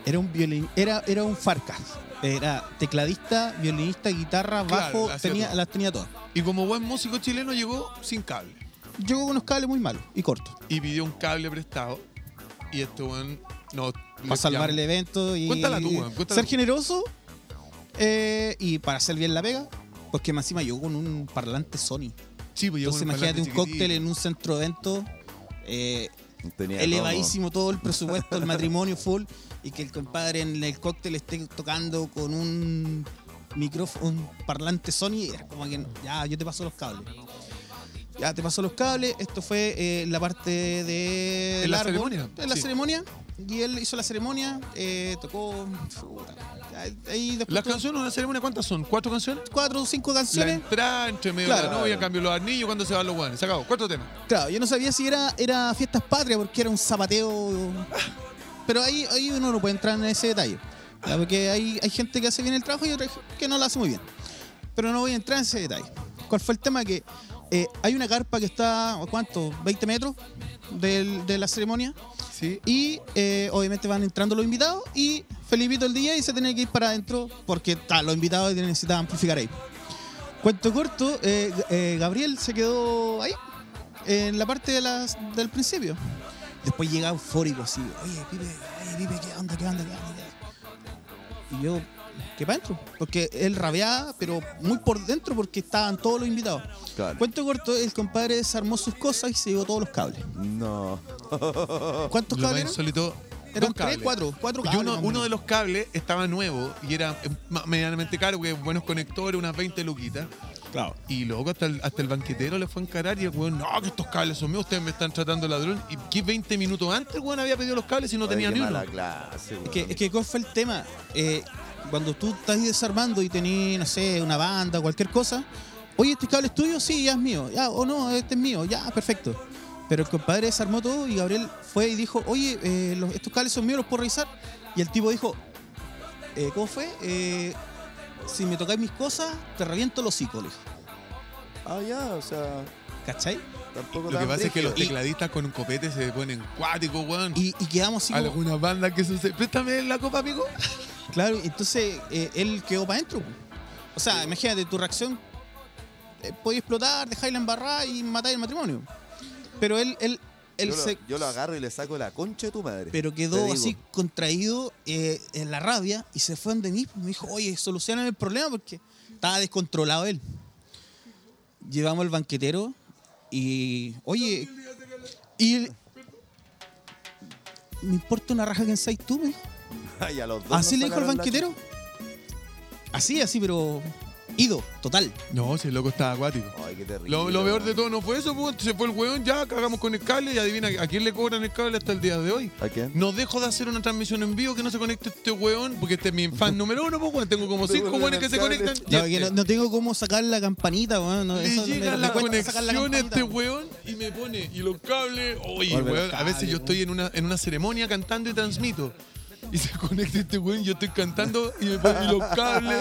Era un violín, era, era un Farcas. Era tecladista, violinista, guitarra, Claro, bajo, hacía tenía, todo. las tenía todas. Y como buen músico chileno llegó sin cable. Llegó con unos cables muy malos y cortos. Y pidió un cable prestado. Y este weón no. Para salvar el evento y. Cuéntala tú, weón, cuéntala Ser tú. generoso eh, y para hacer bien la pega. Porque más encima llegó con un parlante Sony. Sí, pues llegó Entonces con un imagínate un parlante cóctel chiquitito. en un centro evento. eh, Tenía elevadísimo todo el presupuesto, el matrimonio full, y que el compadre en el cóctel esté tocando con un micrófono, un parlante Sony, era como que ya, yo te paso los cables. Ya te paso los cables, esto fue eh, la parte de... En la largo, ceremonia, En la sí. ceremonia, y él hizo la ceremonia, eh, tocó... puta, ya, ahí después Las tuvo canciones, una ceremonia, ¿cuántas son? ¿Cuatro canciones? cuatro o cinco La canciones. entrada, entre medio de la Claro. novia, cambio los anillos, cuando se van los guanes. Se acabó. Cuatro temas. Claro, yo no sabía si era, era fiestas patrias porque era un zapateo. Pero ahí, ahí uno no puede entrar en ese detalle. ¿ya? Porque hay, hay gente que hace bien el trabajo y otra que no lo hace muy bien. Pero no voy a entrar en ese detalle. ¿Cuál fue el tema? Que eh, hay una carpa que está, ¿a ¿cuánto? ¿20 metros del- de la ceremonia? Sí. Y eh, obviamente van entrando los invitados y Felipito el DJ se tenía que ir para adentro porque ta, los invitados necesitaban amplificar ahí. Cuento corto, eh, eh, Gabriel se quedó ahí, en la parte de las, del principio. Después llega eufórico así, oye, Pipe, oye, Pipe, ¿qué onda, qué onda, qué onda? qué onda?". Y yo, ¿qué para adentro? Porque él rabiaba, pero muy por dentro porque estaban todos los invitados. Claro. Cuento corto, el compadre desarmó sus cosas y se llevó todos los cables. No. ¿Cuántos Lo más cables? eran? insólito. Eran dos cables. tres, cuatro, cuatro Y cables. uno, más o uno menos. de los cables estaba nuevo y era eh, ma- medianamente caro, porque buenos conectores, unas 20 luquitas. Claro. Y luego hasta el, hasta el banquetero le fue a encarar y el weón, no, que estos cables son míos, ustedes me están tratando de ladrón. Y que 20 minutos antes el weón había pedido los cables y no Ay, tenía qué ni uno. mala clase, weón. Es que, es que ¿cuál fue el tema? Eh, cuando tú estás ahí desarmando y tenés, no sé, una banda, cualquier cosa, oye, ¿este cable es tuyo? Sí, ya es mío. Ya, o no, este es mío. Ya, perfecto. Pero el compadre desarmó todo y Gabriel fue y dijo, oye, eh, los- estos cables son míos, los puedo revisar. Y el tipo dijo, eh, ¿cómo fue? Eh, si me tocáis mis cosas, te reviento los hocico, le dijo. Ah, ya, o sea, ¿Cachai? tampoco Lo que tan pasa es que los brígido. tecladistas con un copete se ponen cuáticos, weón. Y, y quedamos así como- Algunas bandas que suceden. Préstame la copa, amigo. Claro, entonces eh, él quedó para adentro. O sea, imagínate, tu reacción eh, puede explotar, dejáis la embarrada y matáis el matrimonio. Pero él, él, él yo, se- lo, yo lo agarro y le saco la concha de tu madre. pero Te quedó digo. así contraído eh, en la rabia y se fue donde mí. Me dijo, oye, solucionen el problema porque estaba descontrolado él. Llevamos al banquetero y, oye, y él- me importa una raja que ensáis tú, me dijo. Ay, a los dos Así nos le dijo el sacaron la banquetero. Así, así, pero Ido, total. No, si el loco estaba acuático. Ay, qué terrible. Lo, lo peor de Oh, weón. todo no fue eso, pues, se fue el weón, ya cagamos con el cable y adivina a quién le cobran el cable hasta el día de hoy. ¿A quién? No dejo de hacer una transmisión en vivo que no se conecte este weón, porque este es mi fan número uno, pues weón. Tengo como Te cinco vuelven weones que al se cable. conectan. y No, que este- no, no tengo cómo sacar la campanita, weón. no, Le eso me- llega me la cuesta sacar la conexión a este campanita. weón y me pone. Y los cables. Oye, Vuelve los weón, a veces cables, yo estoy en una, en una ceremonia cantando y transmito. Y se conecta este weón, yo estoy cantando y me pone y los cables.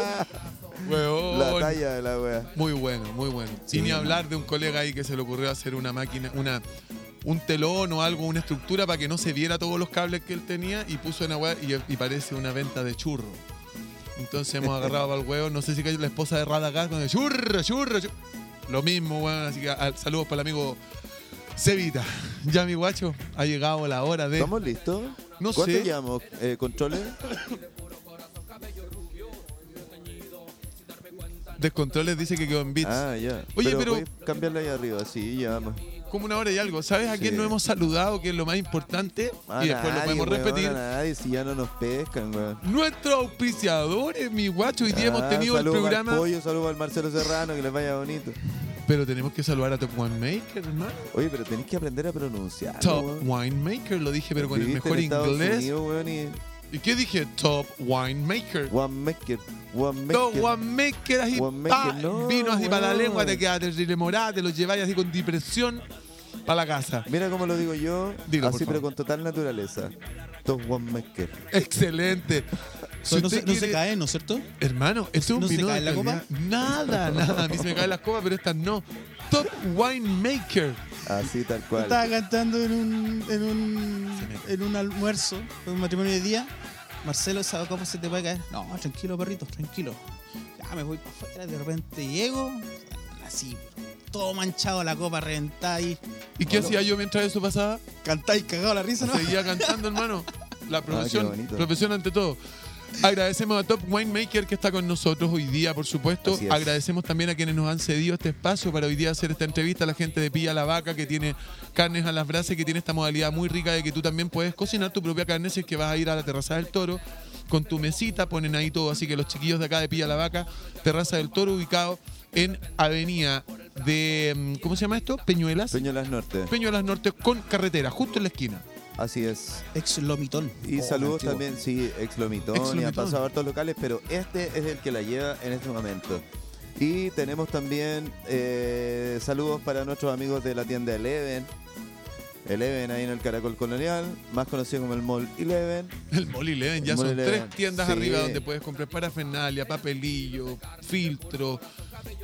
Weón. La talla de la wea. Muy bueno, muy bueno. Sin ni hablar de un colega ahí que se le ocurrió hacer una máquina, una un telón o algo, una estructura para que no se viera todos los cables que él tenía y puso una weá y, y parece una venta de churro. Entonces hemos agarrado para el huevo, no sé si cayó la esposa de Radagast con el churro, churro, churro. Lo mismo, weón. Así que al- saludos para el amigo Cevita. Ya mi guacho, ha llegado la hora de. ¿Estamos listos? No ¿Cuánto sé. llevamos? Eh, ¿Controles? Descontroles dice que quedó en bits. Ah, ya. Oye, pero- puedes cambiarle ahí arriba, sí, llevamos. Como una hora y algo. ¿Sabes a Sí. quién no hemos saludado? Que es lo más importante. A y después nadie, lo podemos weón, repetir. A nadie, si ya no nos pescan, weón. Nuestros auspiciadores, mi guacho, hoy día hemos Ah, tenido el saludos al programa. Pollo, saludos al Marcelo Serrano, que les vaya bonito. Pero tenemos que saludar a Top Winemaker, hermano. Oye, pero tenés que aprender a pronunciar. Top weón. Winemaker, lo dije, pero con el Viviste mejor en Estados inglés. Unidos, weón, y ¿Y qué dije? Top Winemaker. One Maker, One Maker. Top Winemaker, así. Winemaker, pa, no, vino así para la weón. lengua, te quedaste remorada, te lo lleváis así con depresión para la casa. Mira cómo lo digo yo, Dilo, por así pero favor. con total naturaleza. Top One Maker. Excelente. Si no, usted se, no se quiere- cae, ¿no es cierto? Hermano, esto es un ¿No se vino de cae la calidad. Nada, nada. A mí se me caen las copas, pero estas no. Top Winemaker. Así tal Yo cual. Estaba cantando en un, en un, en un almuerzo, en un matrimonio de día. Marcelo, esa copa se te puede caer. No, tranquilo, perrito, tranquilo. Ya me voy para afuera, de repente llego, así, todo manchado la copa, reventada ahí. ¿Y qué hacía yo mientras eso pasaba? Cantáis cagado la risa, ¿no? Seguía cantando, hermano. La Ah, qué profesión, bonito. profesión ante todo. Agradecemos a Top Winemaker que está con nosotros hoy día, por supuesto. Así es. Agradecemos también a quienes nos han cedido este espacio para hoy día hacer esta entrevista. La gente de Pilla la Vaca, que tiene carnes a las brasas, que tiene esta modalidad muy rica de que tú también puedes cocinar tu propia carne si es que vas a ir a la terraza del toro con tu mesita. Ponen ahí todo. Así que los chiquillos de acá de Pilla la Vaca, terraza del toro, ubicado en Avenida de. mm, ¿Cómo se llama esto? Peñuelas. Peñolas Norte. Peñuelas Norte con carretera, justo en la esquina. Así es. Ex lomitón. Y Oh, saludos antiguo. también, sí, ex Lomitón, Ex y Lomitón. han pasado a hartos locales, pero este es el que la lleva en este momento. Y tenemos también eh, saludos para nuestros amigos de la tienda Eleven. Eleven ahí en el Caracol Colonial, más conocido como el Mall Eleven. El Molly Leven, ya El Mall son Eleven, tres tiendas sí. arriba donde puedes comprar parafernalia, papelillo, filtro,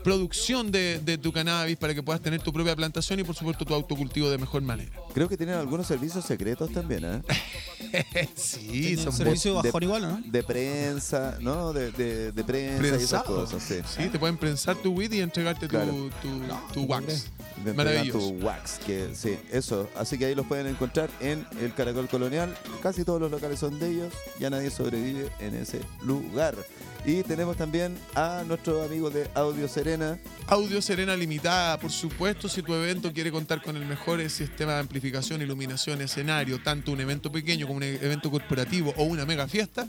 producción de, de tu cannabis para que puedas tener tu propia plantación y por supuesto tu autocultivo de mejor manera. Creo que tienen algunos servicios secretos también, ¿eh? sí, son Tiene un buenos. servicio de- bajón igual, ¿no? De prensa, ¿no? De, de, de prensa y esas Prensado. cosas, sí. Sí, te pueden prensar tu weed y entregarte tu- Claro. tu, No, tu no wax. creo. De entregar Maravilloso. tu wax, que sí, eso. Así que ahí los pueden encontrar en el Caracol Colonial. Casi todos los locales son de ellos. Ya nadie sobrevive en ese lugar. Y tenemos también a nuestros amigos de Audio Serena. Audio Serena Limitada, por supuesto, si tu evento quiere contar con el mejor sistema de amplificación, iluminación, escenario, tanto un evento pequeño como un e- evento corporativo o una mega fiesta,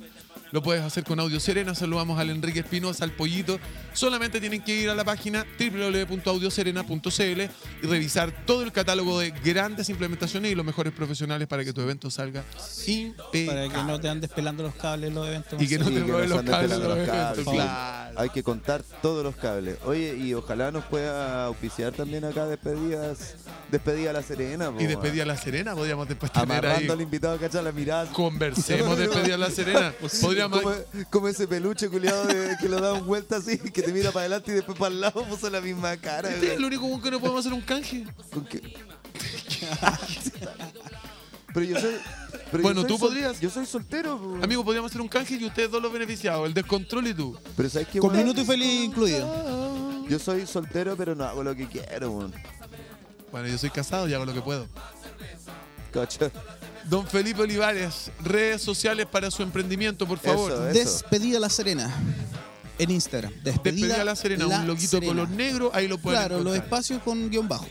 lo puedes hacer con Audio Serena. Saludamos al Enrique Espinosa, al Pollito. Solamente tienen que ir a la página www.audioserena.cl y revisar todo el catálogo de grandes implementaciones y los mejores profesionales para que tu evento salga Para impecable. que no te andes pelando los cables en los eventos. Y que no Marcelo. te Y que nos roben los anden cables, pelando los los eventos, cables. claro. Hay que contar todos los cables. Oye, y ojalá nos pueda auspiciar también acá despedidas. Despedida a la Serena. po, Y despedí a la Serena, podríamos después tener ahí. Amarrando al invitado, cacha la mirada. Conversemos, despedí a la Serena. Podríamos, Como, como ese peluche culiado de- que lo dan vuelta así, que te mira para adelante y después para el lado puso la misma cara. Este es güey. el único con que no podemos hacer un canje. ¿Con qué? pero yo soy. pero yo Bueno, soy tú sol- podrías. Yo soy soltero. güey. Amigo, podríamos hacer un canje y ustedes dos los beneficiados, el descontrol y tú. Pero sabes que Con minuto y feliz incluido. Yo soy soltero, pero no hago lo que quiero, güey. Bueno, yo soy casado y hago lo que puedo. Cacha. Don Felipe Olivares, redes sociales para su emprendimiento, por favor. Eso, eh. Despedida la Serena. En Instagram. Despedida, Despedida a la Serena, un loguito de Serena. color negro, ahí lo pueden Claro, los encontrar. espacios con guión bajo.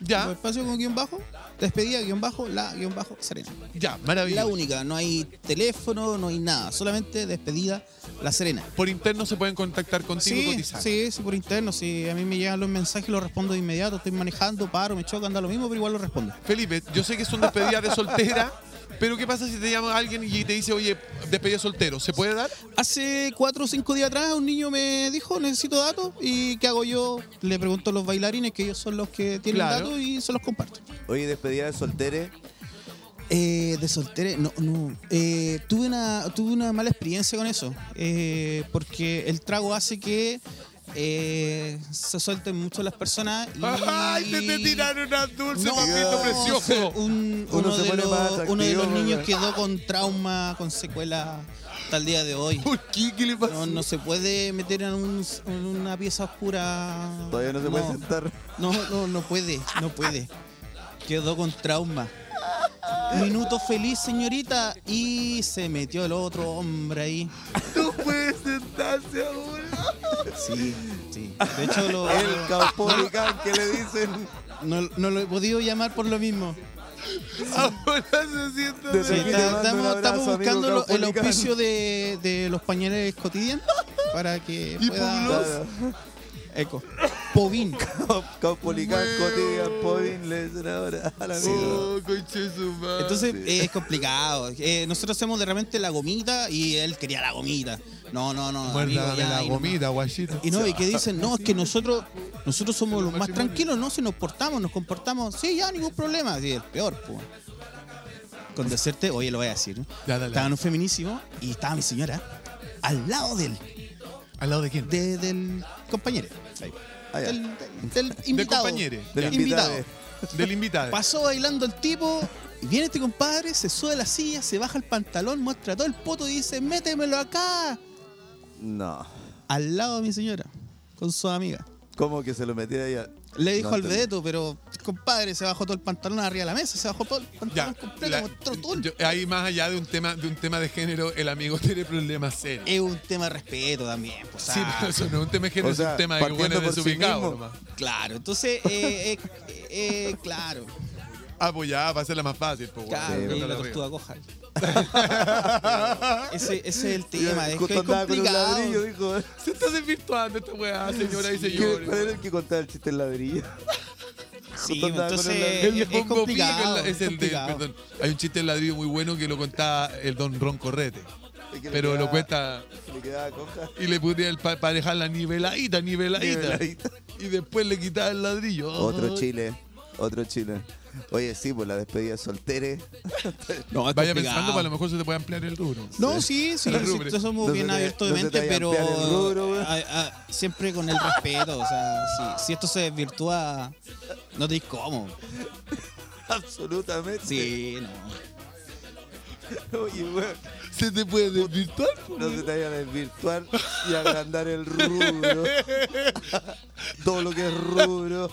Los Ya, espacios con guión bajo Despedida, guión bajo, la, guión bajo, Serena. Ya, La maravilloso. única, no hay teléfono, no hay nada, solamente despedida, la Serena. Por interno se pueden contactar contigo y Sí, cotizar. sí, sí, por interno, sí, a mí me llegan los mensajes, los respondo de inmediato, estoy manejando, paro, me choca, anda lo mismo, pero igual lo respondo. Felipe, yo sé que son despedidas de soltera, pero ¿qué pasa si te llama alguien y te dice, oye, despedida de soltero? ¿Se puede dar? Hace cuatro o cinco días atrás un niño me dijo, necesito datos, y ¿qué hago yo? Le pregunto a los bailarines, que ellos son los que tienen Claro. datos, y se los comparto. Oye, despedida de solteres. Eh, de soltera, no, no. Eh, tuve, una, tuve una mala experiencia con eso, eh, porque el trago hace que eh, se suelten mucho las personas. Y... ¡Ay, te, te tiraron a dulce, papito Dios. precioso! Un- Uno uno, se de pone los, más uno de atractivo, los niños weón. quedó con trauma, con secuela hasta el día de hoy. ¿Por qué? ¿Qué le pasó? No, no se puede meter en, un- en una pieza oscura. Todavía no se puede sentar. No, no, no puede, no puede. Quedó con trauma. Minuto feliz, señorita, y se metió el otro hombre ahí. No puede sentarse ahora. Sí, sí. De hecho, lo- El caupolicán que le dicen no, no lo he podido llamar por lo mismo. Ahora se sienta. De Sí, Aquí te está- mando un estamos, abrazo, estamos amigo buscando lo- el Caupolicán. auspicio de, de los pañales cotidianos para que Y pueda... Pulos. Eco. Povin. caupolicán Bueno. cotidian podín le dicen ahora a la mierda. Oh, conche su madre. Entonces eh, es complicado. Eh, nosotros hacemos de repente la gomita y él quería la gomita. No, no, no. amigo, Muérdame ya, la ahí nomás. gomita, guachito. Y no, y que dicen, no, es que nosotros nosotros somos los más tranquilos, no, si nos portamos, nos comportamos, sí, ya, ningún problema. Sí, el peor, pues. Con decirte, oye, lo voy a decir. ¿no? Ya, dale. Estaba en un feminísimo y estaba mi señora al lado del, ¿Al lado de quién? de- del compañero. Ahí. Ah, ya. Del, del invitado. compañere. Del invitado. invitado. Del invitado. Pasó bailando el tipo, y viene este compadre, se sube a la silla, se baja el pantalón, muestra todo el poto y dice, métemelo acá. No. Al lado de mi señora, con su amiga. ¿Cómo que se lo metía ella? Le dijo No al entendí. vedeto, pero compadre, se bajó todo el pantalón arriba de la mesa, se bajó todo el Ya, pantalón completo, la- mostró todo. el- yo- ahí más allá de un tema de un tema de género, el amigo tiene problemas serios. Es un tema de respeto también, pues. Sí, ah, pero eso no es un tema de género, O es sea, un tema de que bueno partiendo por es sí desubicado. mismo. nomás. Claro, entonces, eh, eh, eh, claro. Ah, pues ya, para hacerla más fácil. Pues, Claro, eh, weón. Sí, y Está la arriba. tortuga coja. ese, ese es el tema, Y es que justo es andaba con un complicado. ladrillo, dijo. Se está desvirtuando esta weá, señora y ¿Quién- ¿Cuál era señores. el que contaba el chiste del ladrillo? Sí, Justo andaba con un entonces ladrillo. es, El de es Pongo Pico complicado. eh, es la- es el es de- complicado. perdón, hay un chiste en ladrillo muy bueno que lo contaba el don Ron Correte. Es que le Pero lo quedaba- cuenta Le quedaba coja. y le ponía el pa- para dejarla niveladita, niveladita, Niveladita. Y después le quitaba el ladrillo. Otro chile. Otro chile. Oye, sí, por la despedida soltere. No, es Vaya complicado. pensando, para lo mejor se te puede ampliar el rubro. No, sí, sí, El sí, rubro. nosotros somos No se bien te- abiertos no de se mente, te vaya a pero ampliar el rubro, weón. a- a- siempre con el respeto. O sea, si, si esto se desvirtúa, no te cómo. Absolutamente. Sí, no. Oye, weón. Se te puede desvirtuar. pues. po, No se te vayan a desvirtuar y agrandar el rubro. Todo lo que es rubro.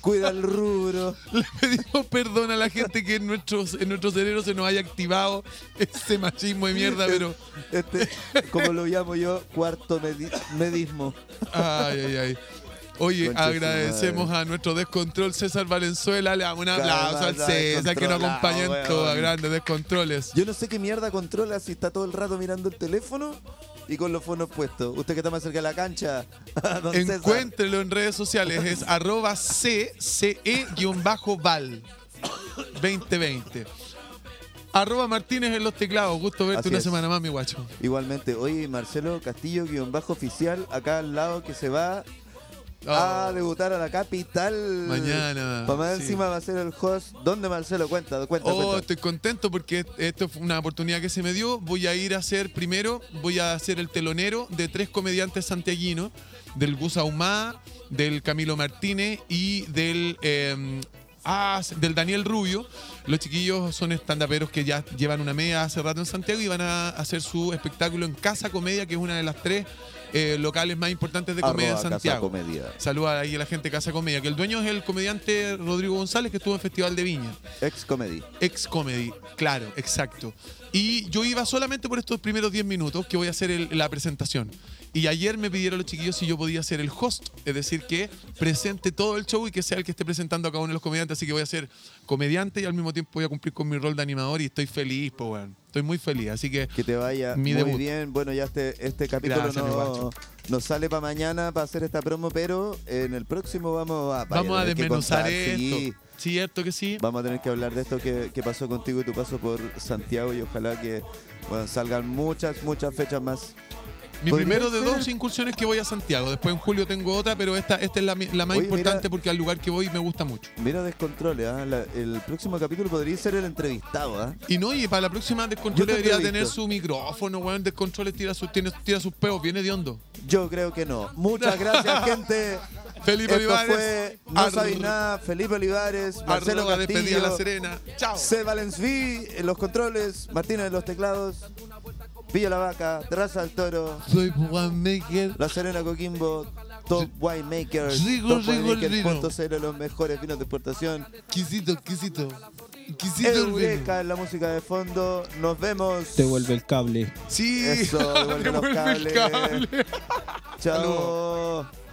Cuida el rubro. Le pedimos perdón a la gente que en, nuestros, en nuestro cerebro se nos haya activado ese machismo de mierda, pero. Este, como lo llamo yo, cuarto medi- medismo. Ay, ay, ay. Oye, Concha su agradecemos a nuestro descontrol César Valenzuela. Le damos un aplauso al Calma, César que nos descontrolado, acompaña en weón. todo. Grandes descontroles. Yo no sé qué mierda controla si está todo el rato mirando el teléfono y con los fonos puestos. Usted que está más cerca de la cancha. don César. Encuéntrelo en redes sociales. Es arroba CCE-val 2020. Arroba Martínez en los teclados. Gusto verte Así una es. semana más, mi guacho. Igualmente, oye, Marcelo Castillo, guión bajo oficial, acá al lado que se va a Oh. debutar a la capital. Mañana, Para más sí. encima va a ser el host. ¿Dónde Marcelo? Cuenta, cuenta, Oh, cuenta. estoy contento porque esto fue una oportunidad que se me dio. Voy a ir a ser primero, voy a ser el telonero de tres comediantes santiaguinos, del Gus Ahumada, del Camilo Martínez y del eh, ah, del Daniel Rubio. Los chiquillos son estandaperos que ya llevan una media hace rato en Santiago y van a hacer su espectáculo en Casa Comedia, que es una de las tres eh, locales más importantes de comedia Arroba en Casa Santiago. Comedia. Saluda ahí a la gente de Casa Comedia, que el dueño es el comediante Rodrigo González, que estuvo en Festival de Viña. Ex comedy. Ex Comedy, claro, exacto. Y yo iba solamente por estos primeros 10 minutos que voy a hacer el- la presentación. Y ayer me pidieron los chiquillos si yo podía ser el host, es decir, que presente todo el show y que sea el que esté presentando a cada uno de los comediantes. Así que voy a ser comediante y al mismo tiempo voy a cumplir con mi rol de animador y estoy feliz, pues, weón. Estoy muy feliz. Así que Que te vaya Mi muy debut. bien. Bueno, ya este, este capítulo Gracias, mi no, guacho. no sale para mañana para hacer esta promo, pero en el próximo vamos a... vaya, vamos a tener que desmenuzar contar, esto. sí. ¿Cierto que sí? Vamos a tener que hablar de esto que, que pasó contigo y tu paso por Santiago y ojalá que bueno, salgan muchas, muchas fechas más. Mi Podría primero de ser. dos incursiones que voy a Santiago. Después en julio tengo otra, pero esta, esta es la, mi- la más Oye, importante mira. porque al lugar que voy me gusta mucho. Mira descontroles, ¿ah? La- el próximo capítulo podría ser el entrevistado. ¿ah? Y no, y para la próxima Descontrol Yo te debería entrevisto. tener su micrófono, weón. Descontrol tira, sus tiene, tira sus peos, viene de hondo. Yo creo que no. Muchas gracias, gente. Felipe esto Olivares. fue No Ar- Sabéis Nada, Felipe Olivares, Marcelo Arroba despedida a la Castillo, Serena. Chao. C. Valenzuí en los controles, Martina en los teclados, Villa La Vaca, Terraza del Toro, Soy Maker. La Serena Coquimbo, Top Winemakers, Rigo, Top rigo el Winemakers.cl, los mejores vinos de exportación, Quisito, quisito. Quisito Eureka en la música de fondo. Nos vemos. Te vuelve el cable. Sí. Eso, devuelve los Devuelve el cables. cable. Chao.